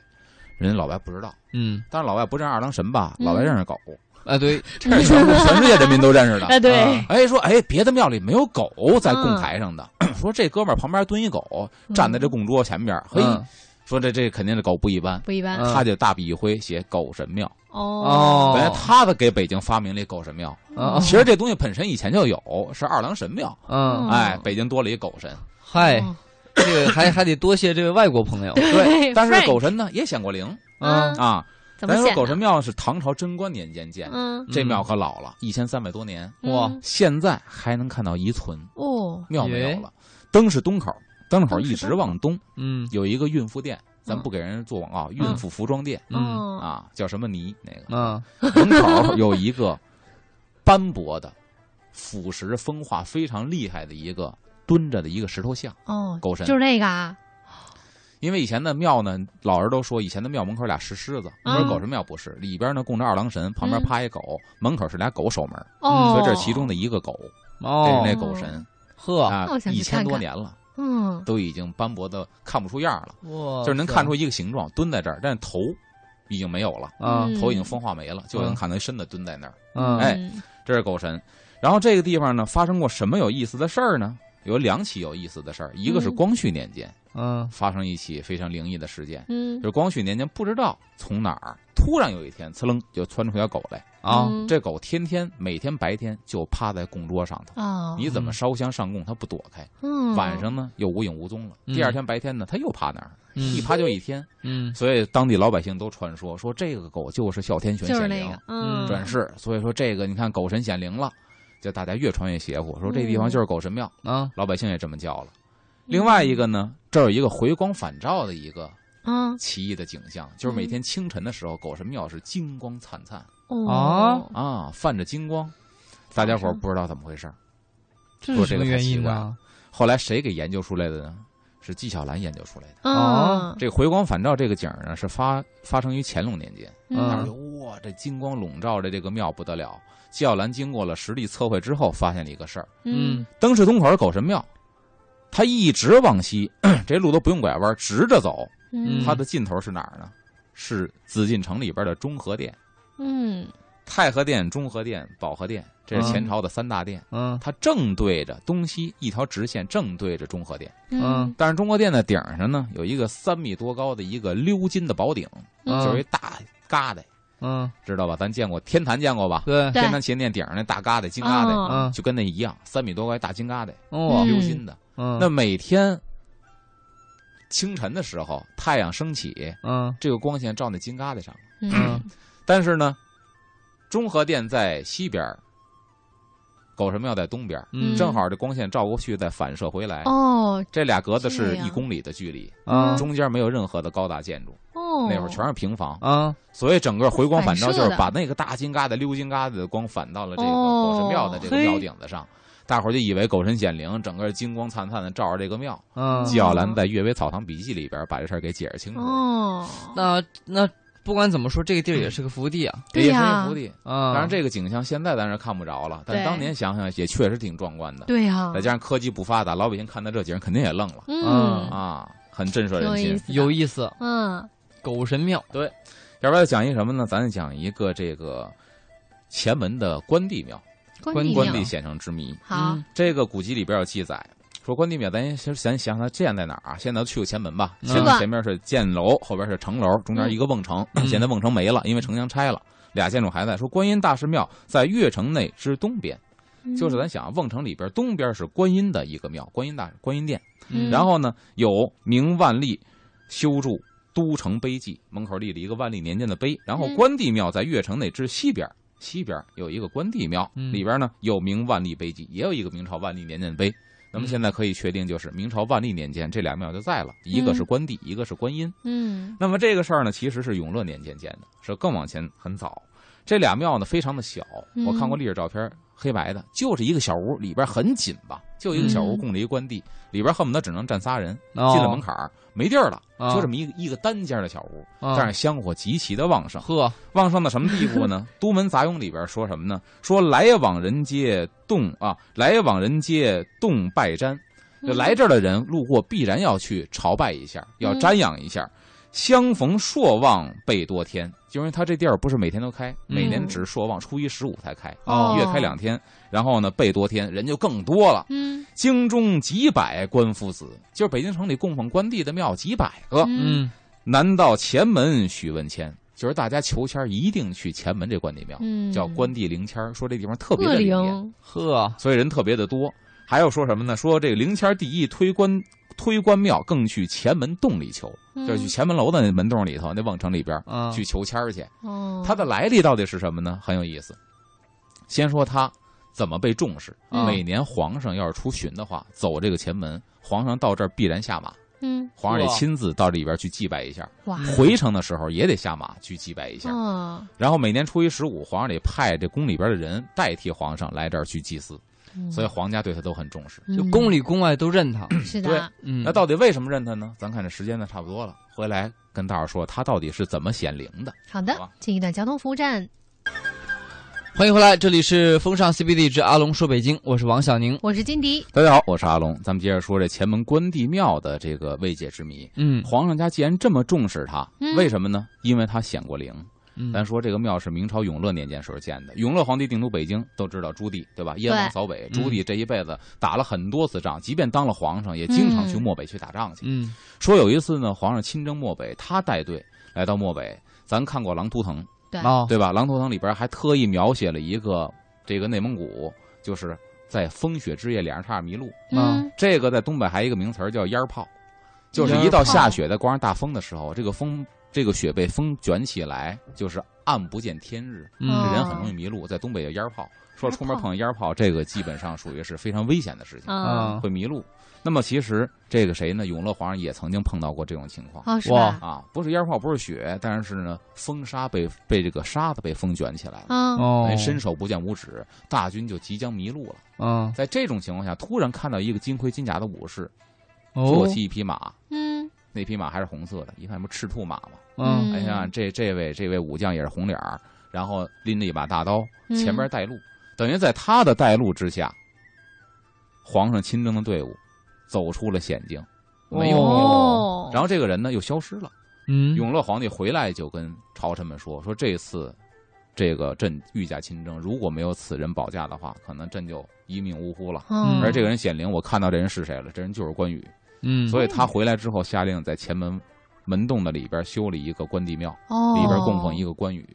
S3: 人家老外不知道，
S1: 嗯
S3: 但是老外不认识二郎神吧？
S2: 嗯
S3: 老外认识狗，
S1: 啊对，
S3: 这是全全世界人民都认 识的。
S2: 啊对
S1: 啊
S3: 哎，说哎，别的庙里没有狗在供
S2: 嗯
S3: 台上的，说这哥们儿旁边蹲一狗，站在这供桌前边儿，嘿，
S1: 嗯
S3: 说这这肯定这狗不一般，
S2: 不一般
S1: 嗯
S3: 他就大笔一挥写狗神庙，
S2: 哦
S1: 哦
S3: 本来嗯他的给北京发明了一狗神庙，
S1: 啊
S3: 其实这东西本身以前就有，是二郎神庙，
S1: 嗯
S2: 哦
S3: 哎，北京多了一狗神，
S1: 嗨，
S3: 哎
S2: 哦
S1: 这个还还得多谢这位外国朋友。
S2: 对
S3: 但是
S2: Frank
S3: 狗神呢也显过灵
S1: 嗯
S2: 嗯
S3: 啊，
S2: 怎么
S3: 咱说
S2: 写？
S3: 狗神庙是唐朝贞观年间建的，
S2: 嗯
S3: 这庙可老了，一千三百多年，
S2: 嗯
S1: 哇
S3: 现在还能看到遗存。
S2: 哦
S3: 庙没有
S1: 耶
S3: 了，灯是东口，灯口
S2: 灯是
S3: 一直往东，
S1: 嗯
S3: 有一个孕妇店，咱
S2: 嗯
S3: 不给人做广告，孕妇服装店
S1: 嗯
S2: 哦
S3: 啊，叫什么泥那个，
S1: 嗯
S3: 门口有一个斑驳的、腐蚀风化非常厉害的一个蹲着的一个石头像，
S2: 哦，
S3: 狗神
S2: 就是那个啊，
S3: 因为以前的庙呢，老人都说以前的庙门口俩石狮子，
S2: 嗯
S3: 说狗神庙不是，里边呢供着二郎神，旁边
S2: 嗯
S3: 趴一狗，门口是俩狗守门，
S2: 哦，
S3: 嗯所以这是其中的一个狗，这
S1: 哦
S3: 是那狗神
S1: 呵
S3: 啊
S2: 那我，想去
S3: 一千多
S2: 看看
S3: 年了，
S2: 嗯
S3: 都已经斑驳的看不出样儿了。
S1: 哇
S3: 哦就是能啊看出一个形状，蹲在这儿，但是头已经没有了，
S1: 啊
S2: 嗯
S3: 头已经风化没了，就能看到一身子蹲在那儿。
S1: 嗯
S3: 哎这是狗神。然后这个地方呢，发生过什么有意思的事儿呢？有两起有意思的事儿，一个是
S2: 嗯
S3: 光绪年间
S1: 嗯
S3: 发生一起非常灵异的事件，
S2: 嗯
S3: 就是光绪年间不知道从哪儿突然有一天，呲楞就窜出条狗来。
S1: 啊
S2: 嗯
S3: 这狗天天每天白天就趴在供桌上头，
S2: 哦，
S3: 你怎么烧香上供它不躲开？
S2: 嗯
S3: 晚上呢又无影无踪了。
S1: 嗯
S3: 第二天白天呢，它又趴那儿，
S1: 嗯
S3: 一趴就一天。
S1: 嗯
S3: 所以当地老百姓都传说说这个狗就是哮天犬
S2: 就是
S3: 显
S2: 那
S3: 灵
S2: 个嗯
S3: 转世，所以说这个你看狗神显灵了，就大家越传越邪乎，说这地
S2: 嗯
S3: 方就是狗神庙，
S1: 啊
S3: 老百姓也这么叫了。另外一个呢，这儿有一个回光返照的一个
S2: 嗯
S3: 奇异的景象，就是每天清晨的时候，狗神庙是金光灿灿
S2: 哦
S3: 啊，泛着金光，大家伙儿不知道怎么回事儿。
S2: 嗯
S1: 这
S3: 说
S1: 是什
S3: 这个
S1: 么
S3: 太
S1: 原
S3: 奇
S1: 因啊
S3: 怪
S1: 呢？
S3: 后来谁给研究出来的呢？是纪晓岚研究出来的。
S2: 嗯
S3: 这个回光返照这个景儿呢，是发发生于乾隆年间。
S1: 嗯
S3: 当时就哇，这金光笼罩着这个庙不得了。纪晓岚经过了实地测绘之后，发现了一个事儿：
S2: 嗯
S3: 灯市东口的狗神庙，它一直往西， 这路都不用拐弯，直着走。
S2: 嗯
S3: 它的尽头是哪儿呢？是紫禁城里边的中和殿、
S2: 嗯
S3: 太和殿、中和殿、保和殿，这是前朝的三大殿。
S1: 嗯
S3: 它正对着东西一条直线，正对着中和殿。
S2: 嗯
S3: 但是中和殿的顶上呢，有一个三米多高的一个鎏金的宝顶，
S1: 嗯
S3: 就是一大疙瘩，
S1: 嗯
S3: 知道吧？咱见过天坛，见过吧？
S1: 对
S2: 对啊
S3: 天坛前殿顶上那大疙瘩，金疙瘩，
S2: 哦
S1: 嗯
S3: 就跟那一样，三米多高一大金疙瘩，
S1: 哦
S2: 嗯
S3: 鎏金的。
S1: 嗯
S3: 那每天清晨的时候，太阳升起，
S1: 嗯
S3: 这个光线照那金疙瘩上。
S2: 嗯
S3: 但是呢，中和殿在西边儿，狗神庙在东边儿，
S1: 嗯
S3: 正好这光线照过去再反射回来。
S2: 哦
S3: 这俩格子
S2: 这
S3: 是
S2: 样
S3: 一公里的距离，
S1: 啊
S3: 中间没有任何的高大建筑，
S2: 哦，
S3: 那会儿全是平房，
S1: 啊，
S3: 所以整个回光返照
S2: 反
S3: 就
S2: 射
S3: 是
S2: 的
S3: 把那个大金疙瘩、溜金疙瘩的光反到了这个狗神庙的这个
S1: 哦
S3: 庙顶子上，大伙儿就以为狗神显灵，整个金光灿灿的照着这个庙。
S1: 嗯，
S3: 纪晓岚在《阅微草堂笔记》里边把这事儿给解释清楚，
S2: 哦，
S1: 那那不管怎么说，这个地儿也是个福地啊，
S3: 这
S2: 对
S3: 也是
S2: 呀
S3: 一，福地。
S1: 啊，
S3: 当然，这个景象现在咱是看不着了，但
S2: 对
S3: 当年想想也确实挺壮观的。
S2: 对啊呀，
S3: 再加上科技不发达，老百姓看到这景儿肯定也愣了
S2: 嗯，
S3: 啊，很震慑
S2: 挺有
S3: 人
S2: 意
S3: 心。
S2: 思的，
S1: 有意思，
S2: 嗯
S1: 狗神庙，
S3: 要不然讲一什么呢？咱讲一个这个前门的关帝庙，
S1: 关
S2: 帝
S1: 帝
S2: 庙
S3: 关帝县城之谜。
S2: 好
S1: 嗯，
S3: 这个古籍里边有记载，说关帝庙，咱先想想它建在哪儿啊？现在都去过前门吧？
S1: 嗯
S3: 前
S2: 是的
S3: 前面是建楼，后边是城楼，中间一个瓮城。
S1: 嗯
S3: 现在瓮城没了，因为城墙拆了，俩建筑还在。说观音大士庙在越城内之东边，
S2: 嗯
S3: 就是咱想啊瓮城里边东边是观音的一个庙，观音大观音殿。
S2: 嗯
S3: 然后呢，有明万历修筑都城碑记，门口立了一个万历年间的碑。然后
S2: 嗯
S3: 关帝庙在越城内之西边，西边有一个关帝庙，
S1: 嗯
S3: 里边呢有明万历碑记，也有一个明朝万历年间的碑。那么
S1: 嗯
S3: 现在可以确定，就是明朝万历年间这俩庙就在了，一个是关帝，一个是观音。
S2: 嗯
S3: 那么这个事儿呢，其实是永乐年间建的，是更往前很早。这俩庙呢非常的小，
S2: 嗯
S3: 我看过历史照片，黑白的，就是一个小屋，里边很紧吧，就一个小屋
S2: 嗯
S3: 供着一关帝，里边恨不得只能站仨人，
S1: 哦
S3: 进了门槛儿没地儿了，
S2: 哦
S1: 啊
S3: 就这么一个一个单间的小屋，
S1: 啊
S3: 但是香火极其的旺盛，
S1: 呵，
S3: 旺盛到什么地 步呢？《都门杂俑》里边说什么呢？说来往人皆动啊，来往人皆动拜瞻，就
S2: 嗯
S3: 来这儿的人路过必然要去朝拜一下，要瞻仰一下。相逢朔望倍多天，就因为他这店儿不是每天都开，每年
S2: 嗯
S3: 只是朔望，初一十五才开，
S2: 哦
S3: 一月开两天。然后呢，倍多天人就更多了，
S2: 嗯
S3: 京中几百官夫子，就是北京城里供奉关帝的庙几百个。
S2: 嗯
S1: 嗯
S3: 南到前门许问签，就是大家求签儿一定去前门这关帝庙，
S2: 嗯，
S3: 叫关帝灵签儿，说这地方特别
S2: 恶
S3: 的灵验，
S2: 灵，
S1: 呵，
S3: 所以人特别的多。还有说什么呢？说这个灵签儿第一推关推关庙，更去前门洞里求，
S2: 嗯
S3: 就是去前门楼的那门洞里头那瓮城里边儿
S1: 啊，
S3: 去求签儿去。
S2: 哦，
S3: 它的来历到底是什么呢？很有意思。先说它怎么被重视。
S2: 嗯
S3: 每年皇上要是出巡的话，走这个前门，皇上到这儿必然下马，
S2: 嗯
S3: 皇上得
S1: 哇
S3: 亲自到里边去祭拜一下。
S2: 哇
S3: 回城的时候也得下马去祭拜一下。
S2: 哦，
S3: 然后每年初一十五，皇上得派这宫里边的人代替皇上来这儿去祭祀，
S2: 嗯
S3: 所以皇家对他都很重视。
S1: 就
S2: 嗯
S1: 宫里宫外都认他，
S2: 是
S3: 对
S2: 的，
S1: 嗯，
S3: 那到底为什么认他呢？咱看这时间呢差不多了，回来跟大伙儿说他到底是怎么显灵的。
S2: 好
S3: 好
S2: 的
S3: 吧，
S2: 这一段交通服务站，
S1: 欢迎回来，这里是风尚 CBD 之阿龙说北京，我是王小宁，
S2: 我是金迪，
S3: 大家好，我是阿龙，咱们接着说这前门关帝庙的这个未解之谜。
S1: 嗯
S3: 皇上家既然这么重视他
S2: 嗯，
S3: 为什么呢？因为他显过灵。
S1: 嗯，
S3: 咱说这个庙是明朝永乐年间时候建的，永乐皇帝定都北京，都知道朱棣对吧？燕王扫北，
S1: 嗯
S3: 朱棣这一辈子打了很多次仗，即便当了皇上，也经常去
S2: 嗯
S3: 漠北去打仗去。
S1: 嗯
S3: 说有一次呢，皇上亲征漠北，他带队来到漠北，咱看过《狼图腾》
S2: 对
S1: 哦，
S3: 对吧？《狼图腾》里边还特意描写了一个这个内蒙古，就是在风雪之夜脸上差点迷路。
S2: 嗯
S3: 这个在东北还有一个名词儿叫烟儿炮，就是
S1: 烟
S3: 一
S1: 儿
S3: 到
S2: 炮
S3: 下雪在刮上大风的时候，这个风这个雪被风卷起来，就是暗不见天日，
S1: 嗯
S3: 人很容易迷路，在东北叫烟儿炮。说出门碰烟儿炮，这个基本上属于是非常危险的事情，
S2: 啊，
S1: 啊
S3: 会迷路。那么其实这个谁呢？永乐皇上也曾经碰到过这种情况
S2: 哦是
S1: 哇
S2: 吧？
S3: 啊，不是烟儿炮，不是雪，但是呢，风沙被被这个沙子被风卷起来了，
S2: 啊，
S1: 哦
S3: 哎，伸手不见五指，大军就即将迷路了。
S1: 嗯
S3: 在这种情况下，突然看到一个金盔金甲的武士，说
S1: 哦
S3: 我骑一匹马，
S2: 嗯
S3: 那匹马还是红色的，一看什么赤兔马嘛。
S1: 嗯
S3: 哎呀，这这位这位武将也是红脸儿，然后拎着一把大刀，
S2: 嗯
S3: 前边带路，等于在他的带路之下，皇上亲征的队伍走出了险境，没有迷路。
S2: 哦，
S3: 然后这个人呢又消失了。
S1: 嗯
S3: 永乐皇帝回来就跟朝臣们说：“说这次这个朕御驾亲征，如果没有此人保驾的话，可能朕就一命呜呼了。”
S2: 嗯
S3: 而这个人显灵，我看到这人是谁了，这人就是关羽。
S1: 嗯，
S3: 所
S1: 以
S3: 以他回来之后，下令在前门门洞的里边修了一个关帝庙，
S2: 哦
S3: 里边供奉一个关羽。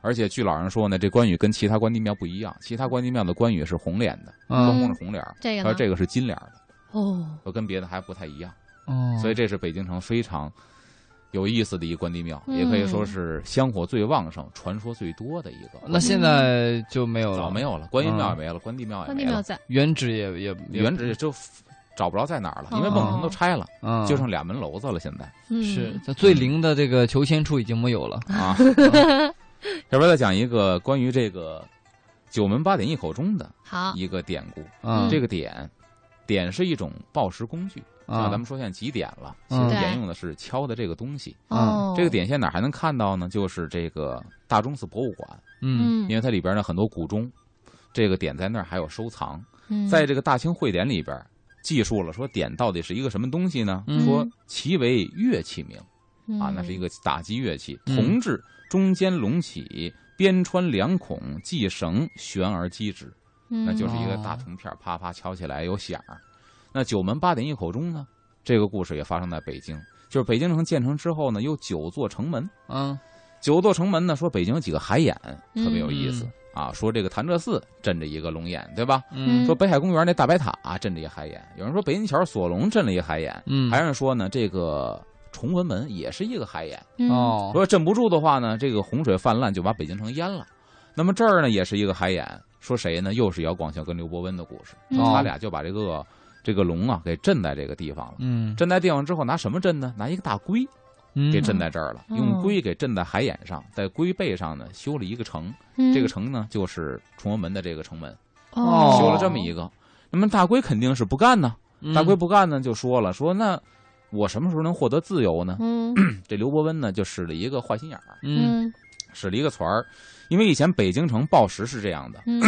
S3: 而且据老人说呢，这关羽跟其他关帝庙不一样，其他关帝庙的关羽是红脸的，关
S1: 嗯
S3: 公是红脸儿，
S2: 这个
S3: 他
S2: 呢
S3: 说这个是金脸儿的，
S2: 哦，
S3: 就跟别的还不太一样。
S1: 哦，
S3: 所以这是北京城非常有意思的一个关帝庙，
S2: 嗯
S3: 也可以说是香火最旺盛、传说最多的一个。
S1: 那现在就没有了，
S3: 哎早没有了，观音庙也没了，关帝庙也
S2: 关帝
S3: 没
S2: 庙
S3: 了，
S2: 在
S1: 原址也也也
S3: 原址就找不着在哪儿了，
S2: 哦
S3: 因为孟城都拆了，
S1: 嗯，
S3: 就剩俩门楼子了。现在
S2: 嗯
S1: 是它最灵的这个求仙处已经没有了。
S3: 啊， 要不然再讲一个关于这个九门八点一口钟的
S2: 好，
S3: 一个典故。
S1: 啊嗯，
S3: 这个点，点是一种报时工具，像
S1: 啊
S3: 咱们说现在几点了，其
S1: 嗯
S3: 实
S2: 对
S3: 点用的是敲的这个东西。
S2: 哦，
S3: 这个，点现在哪儿还能看到呢？就是这个大钟寺博物馆，
S1: 嗯
S2: 嗯
S3: 因，为它里边呢很多古钟，这个点在那儿还有收藏。
S2: 嗯
S3: 在这个大清会典里边，记述了说点到底是一个什么东西呢？
S1: 嗯
S3: 说其为乐器名啊，
S2: 嗯
S3: 那是一个打击乐器，
S1: 嗯
S3: 铜制，中间隆起，边穿两孔，系绳悬而击之。
S2: 嗯
S3: 那就是一个
S1: 嗯
S3: 大
S1: 哦
S3: 铜片儿，啪啪敲起来有响儿。那九门八点一口钟呢？这个故事也发生在北京，就是北京城建成之后呢，有九座城门。
S1: 嗯
S3: 九座城门呢，说北京有几个海眼，特别有意思、
S1: 嗯
S3: 啊。说这个潭柘寺镇着一个龙眼，对吧？
S1: 嗯
S3: 说北海公园那大白塔、啊镇着一海眼，有人说北京桥锁龙镇了一海眼，
S1: 嗯，
S3: 还有人说呢，这个崇文门也是一个海眼。
S2: 嗯
S1: 哦
S3: 如，果镇不住的话呢，这个洪水泛滥就把北京城淹了。那么这儿呢，也是一个海眼，说谁呢？又是姚广孝跟刘伯温的故事，
S1: 哦
S2: 嗯
S3: 他俩就把这个这个龙啊给镇在这个地方了。
S1: 嗯
S3: 镇在地方之后，拿什么镇呢？拿一个大龟
S1: 嗯
S3: 给镇在这儿了，
S2: 嗯
S3: 用龟给镇在海眼上，在龟背上呢修了一个城，
S2: 嗯
S3: 这个城呢就是崇文门的这个城门，
S2: 哦嗯
S3: 修了这么一个。那么大龟肯定是不干呢，大龟
S1: 龟
S3: 不干呢，就说了说那我什么时候能获得自由呢？
S2: 嗯
S3: 这刘伯温呢就使了一个坏心眼儿，
S1: 嗯
S2: 嗯
S3: 使了一个词儿，因为以前北京城报时是这样的，
S2: 嗯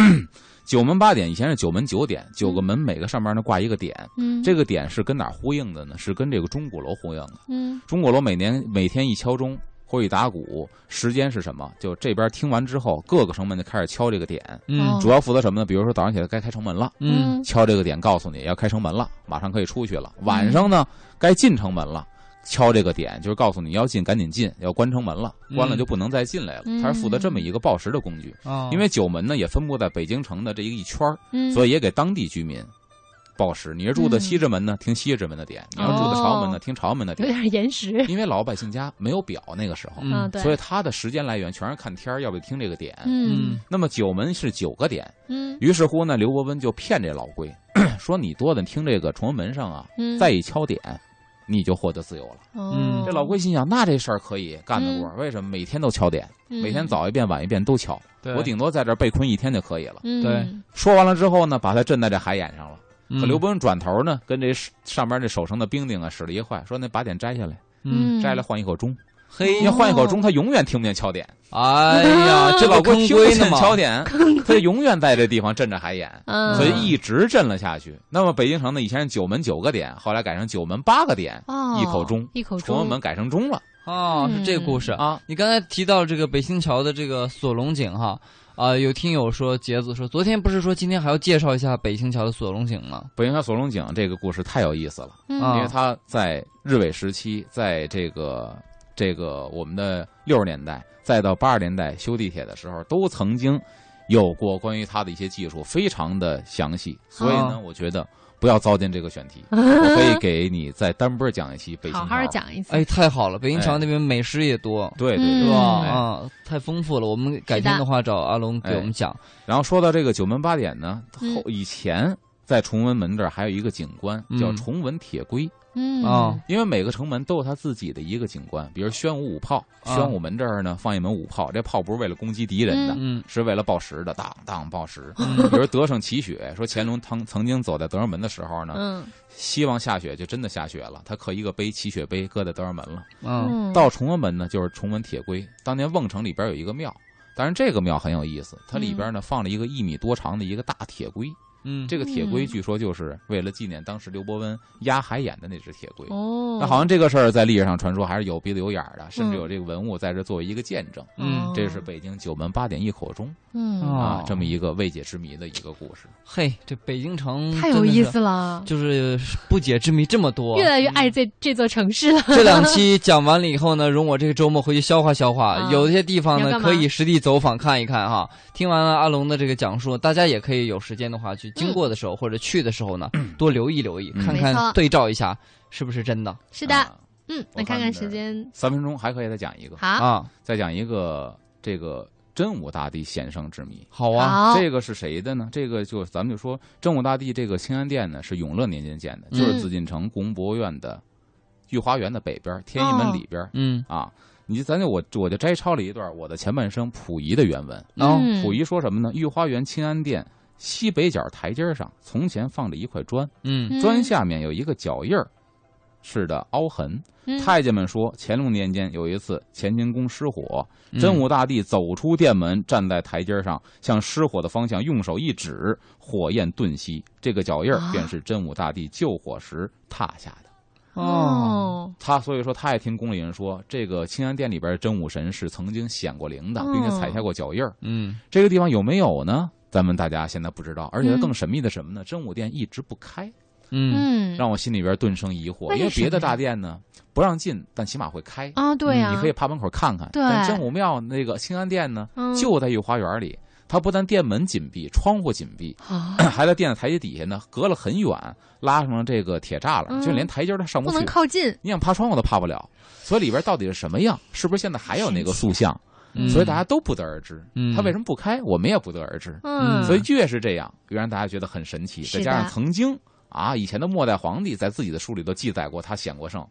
S3: 九门八点，以前是九门九点，九个门每个上面呢挂一个点，
S2: 嗯
S3: 这个点是跟哪儿呼应的呢？是跟这个钟鼓楼呼应的。
S2: 嗯
S3: 钟鼓楼每年每天一敲钟或一打鼓，时间是什么？就这边听完之后，各个城门就开始敲这个点，
S1: 嗯
S2: 哦
S3: 主要负责什么呢？比如说早上起来该开城门了。
S1: 嗯
S3: 敲这个点，告诉你要开城门了，马上可以出去了。晚上呢，该进城门了，敲这个点，就是告诉你要进，赶紧进，要关城门了，关了
S1: 嗯
S3: 就不能再进来了。
S2: 嗯
S3: 它是负责这么一个报时的工具，
S1: 啊，
S3: 因为九门呢也分布在北京城的这一圈儿，
S2: 嗯
S3: 所
S2: 以
S3: 以也给当地居民报时。你是住的西直门呢，听西直门的点；你要住的朝门呢，
S2: 嗯哦
S3: 听朝门的
S2: 有
S3: 点。
S2: 点延时
S3: 因为老百姓家没有表，那个时候，
S1: 嗯
S2: 啊，对，
S3: 所以他的时间来源全是看天儿，要不就听这个点。
S2: 嗯
S1: 嗯
S3: 那么九门是九个点，
S2: 嗯
S3: 于是乎呢，刘伯温就骗这老龟， 说你多的听这个崇文门上啊，
S2: 嗯哦
S3: 再一敲点，你就获得自由了。
S1: 嗯
S3: 这老龟心想，那这事儿可以干得
S2: 嗯
S3: 过，为什么每天都敲点，每天早一遍晚一遍都敲，
S1: 对
S3: 我顶多在这儿被困一天就可以了。
S2: 嗯
S1: 对
S2: 嗯
S3: 说完了之后呢，把他镇在这海眼上了。可
S1: 嗯
S3: 刘伯温转头呢，跟这上边这手上的兵丁啊使了一坏，说那把点摘下来，
S1: 嗯
S3: 摘了换一口钟。
S1: 嘿
S3: 你要换一口钟，他永远听不见敲点。
S1: 哎 呀，这
S3: 这老
S1: 不
S3: 龟
S1: 坑
S3: 听不
S1: 龟呢
S3: 见
S1: 吗？
S3: 敲点，他永远在这地方镇着海眼。
S2: 嗯
S3: 所以一直镇了下去。那么北京城呢，以前是九门九个点，后来改成九门八个点，
S2: 哦
S3: 一口钟
S2: 一口钟
S3: 崇文门改成钟了
S1: 哦，是这个故事。
S3: 啊。
S1: 你刚才提到这个北新桥的这个锁龙井哈，啊、有听友说杰子说，昨天不是说今天还要介绍一下北新桥的锁龙井吗？
S3: 北京桥锁龙井这个故事太有意思了，
S2: 嗯
S1: 啊
S3: 因为它在日伪时期，在这个这个我们的六十年代，再到八十年代修地铁的时候，都曾经有过关于它的一些技术，非常的详细。所以呢，
S2: 哦
S3: 我觉得不要糟践这个选题，我可以给你再单波讲一期北京
S2: 好
S3: 桥。
S2: 好讲一次
S1: 哎，太好了，北新桥那边美食也多，
S3: 对对对
S1: 是吧？
S2: 嗯
S3: 哎
S1: 啊、太丰富了。我们改天的话找阿龙给我们讲。
S3: 然后说到这个九门八点呢，
S2: 嗯
S3: 后以前在崇文门这儿还有一个景观
S1: 嗯
S3: 叫崇文铁龟，
S2: 嗯
S1: 啊
S3: 因为每个城门都有它自己的一个景观，比如宣武五炮，
S1: 啊
S3: 宣武门这儿呢放一门五炮，这炮不是为了攻击敌人的。
S1: 嗯
S3: 是为了报时的，当当报时。
S1: 嗯
S3: 比如德胜起雪，说乾隆曾曾经走在德胜门的时候呢，
S2: 嗯
S3: 希望下雪就真的下雪了，他刻一个碑，起雪碑搁在德胜门了。
S1: 嗯
S3: 到崇文门呢，就是崇文铁龟。当年瓮城里边有一个庙，但是这个庙很有意思，它里边呢放了一个一米多长的一个大铁龟。
S1: 嗯，
S3: 这个铁龟
S2: 嗯
S3: 据说就是为了纪念当时刘伯温压海眼的那只铁龟。
S2: 哦
S3: 那好像这个事儿在历史上传说还是有鼻子有眼儿的，
S2: 嗯
S3: 甚至有这个文物在这作为一个见证。
S1: 嗯
S3: 这是北京九门八点一口钟
S2: 嗯
S1: 哦
S3: 啊，这么一个未解之谜的一个故事。
S1: 嘿，这北京城
S2: 太有意思
S1: 了，
S2: 了，
S1: 就是不解之谜这么多。啊
S2: 越来
S3: 嗯
S2: 越爱这这座城市 了。
S1: 这两期讲完了以后呢，容我这个周末回去消化消化。
S2: 啊
S1: 有些地方
S2: 你要
S1: 呢
S2: 干嘛
S1: 可以实地走访看一看哈。听完了阿龙的这个讲述，大家也可以有时间的话去
S2: 嗯
S1: 经过的时候、或者去的时 候呢，多留意留意，
S3: 嗯
S1: 看
S2: 没错
S1: 看对照一下是不是真的
S2: 是的，
S3: 啊
S2: 嗯，
S3: 我
S2: 那看
S3: 看
S2: 看
S3: 这
S2: 时间，
S3: 三分钟还可以再讲一个，
S2: 好，
S1: 啊。
S3: 再讲一个这个真武大帝显圣之谜。
S1: 好啊，
S2: 好，
S3: 这个是谁的呢？这个就咱们就说真武大帝这个清安殿呢，是永乐年间建的，
S2: 嗯
S3: 就是紫禁城故宫博物院的御花园的北边，天一
S2: 哦
S3: 门里边、
S1: 嗯，
S3: 啊。你咱就我我就摘抄了一段我的前半生溥仪的原文。
S1: 然后
S2: 嗯
S3: 溥仪说什么呢？御花园清安殿西北角台阶上，从前放着一块砖，
S1: 嗯，
S2: 嗯
S3: 砖下面有一个脚印儿似的凹痕。
S2: 嗯
S3: 太监们说，乾隆年间有一次乾清宫失火，
S1: 嗯
S3: 真武大帝走出殿门，站在台阶上，向失火的方向用手一指，火焰顿息。这个脚印儿
S2: 啊
S3: 便是真武大帝救火时踏下的。
S1: 哦，
S2: 哦，
S3: 他所以说，他也听宫里人说，这个清安殿里边真武神是曾经显过灵的，
S2: 哦
S3: 并且踩下过脚印儿。
S1: 嗯，
S3: 这个地方有没有呢？咱们大家现在不知道，而且它
S2: 嗯
S3: 更神秘的什么呢？真武殿一直不开，
S1: 嗯，
S2: 嗯，
S3: 让我心里边顿生疑惑。
S2: 为
S3: 因为别的
S2: 什么呀
S3: 大殿呢不让进，但起码会开，
S2: 啊，对呀，
S3: 嗯你可以爬门口看看。
S2: 对
S3: 但真武庙那个清安殿呢，
S2: 嗯
S3: 就在御花园里，它不但殿门紧闭，窗户紧闭，
S2: 啊，
S3: 还在殿的台阶底下呢，隔了很远，拉上了这个铁栅栏，
S2: 嗯
S3: 就连台阶都上
S2: 不
S3: 去
S2: 能。靠近，
S3: 你想爬窗户都爬不了，所以里边到底是什么样？是不是现在还有那个塑像？
S1: 嗯
S3: 所以大家都不得而知。
S1: 嗯
S3: 它为什么不开？我们也不得而知。
S2: 嗯，
S3: 所以越是这样，越让大家觉得很神奇。
S2: 是
S3: 再
S2: 的
S3: 加上曾经啊，以前的末代皇帝在自己的书里都记载过他显过圣，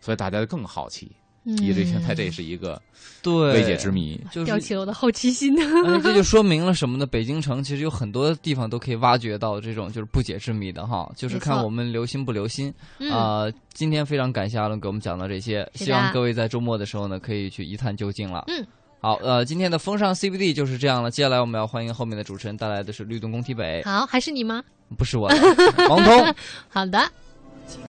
S3: 所以大家就更好奇，
S2: 嗯
S3: 以至于现在这是一个
S1: 对，
S3: 未解之谜。
S1: 就
S2: 吊
S1: 是
S2: 起了我的好奇心，
S1: 而且这就说明了什么呢？北京城其实有很多地方都可以挖掘到这种就是不解之谜的哈，就是
S2: 没错
S1: 看我们留心不留心
S2: 嗯
S1: 啊、今天非常感谢阿伦给我们讲到这些，
S2: 是的
S1: 希望各位在周末的时候呢，可以去一探究竟了。
S2: 嗯。
S1: 好，呃，今天的风尚 CBD 就是这样了。接下来我们要欢迎
S2: 嗯
S1: 后面的主持人带来的是律动工体北，
S2: 好，还是你吗？
S1: 不是我的，王通。
S2: 好的，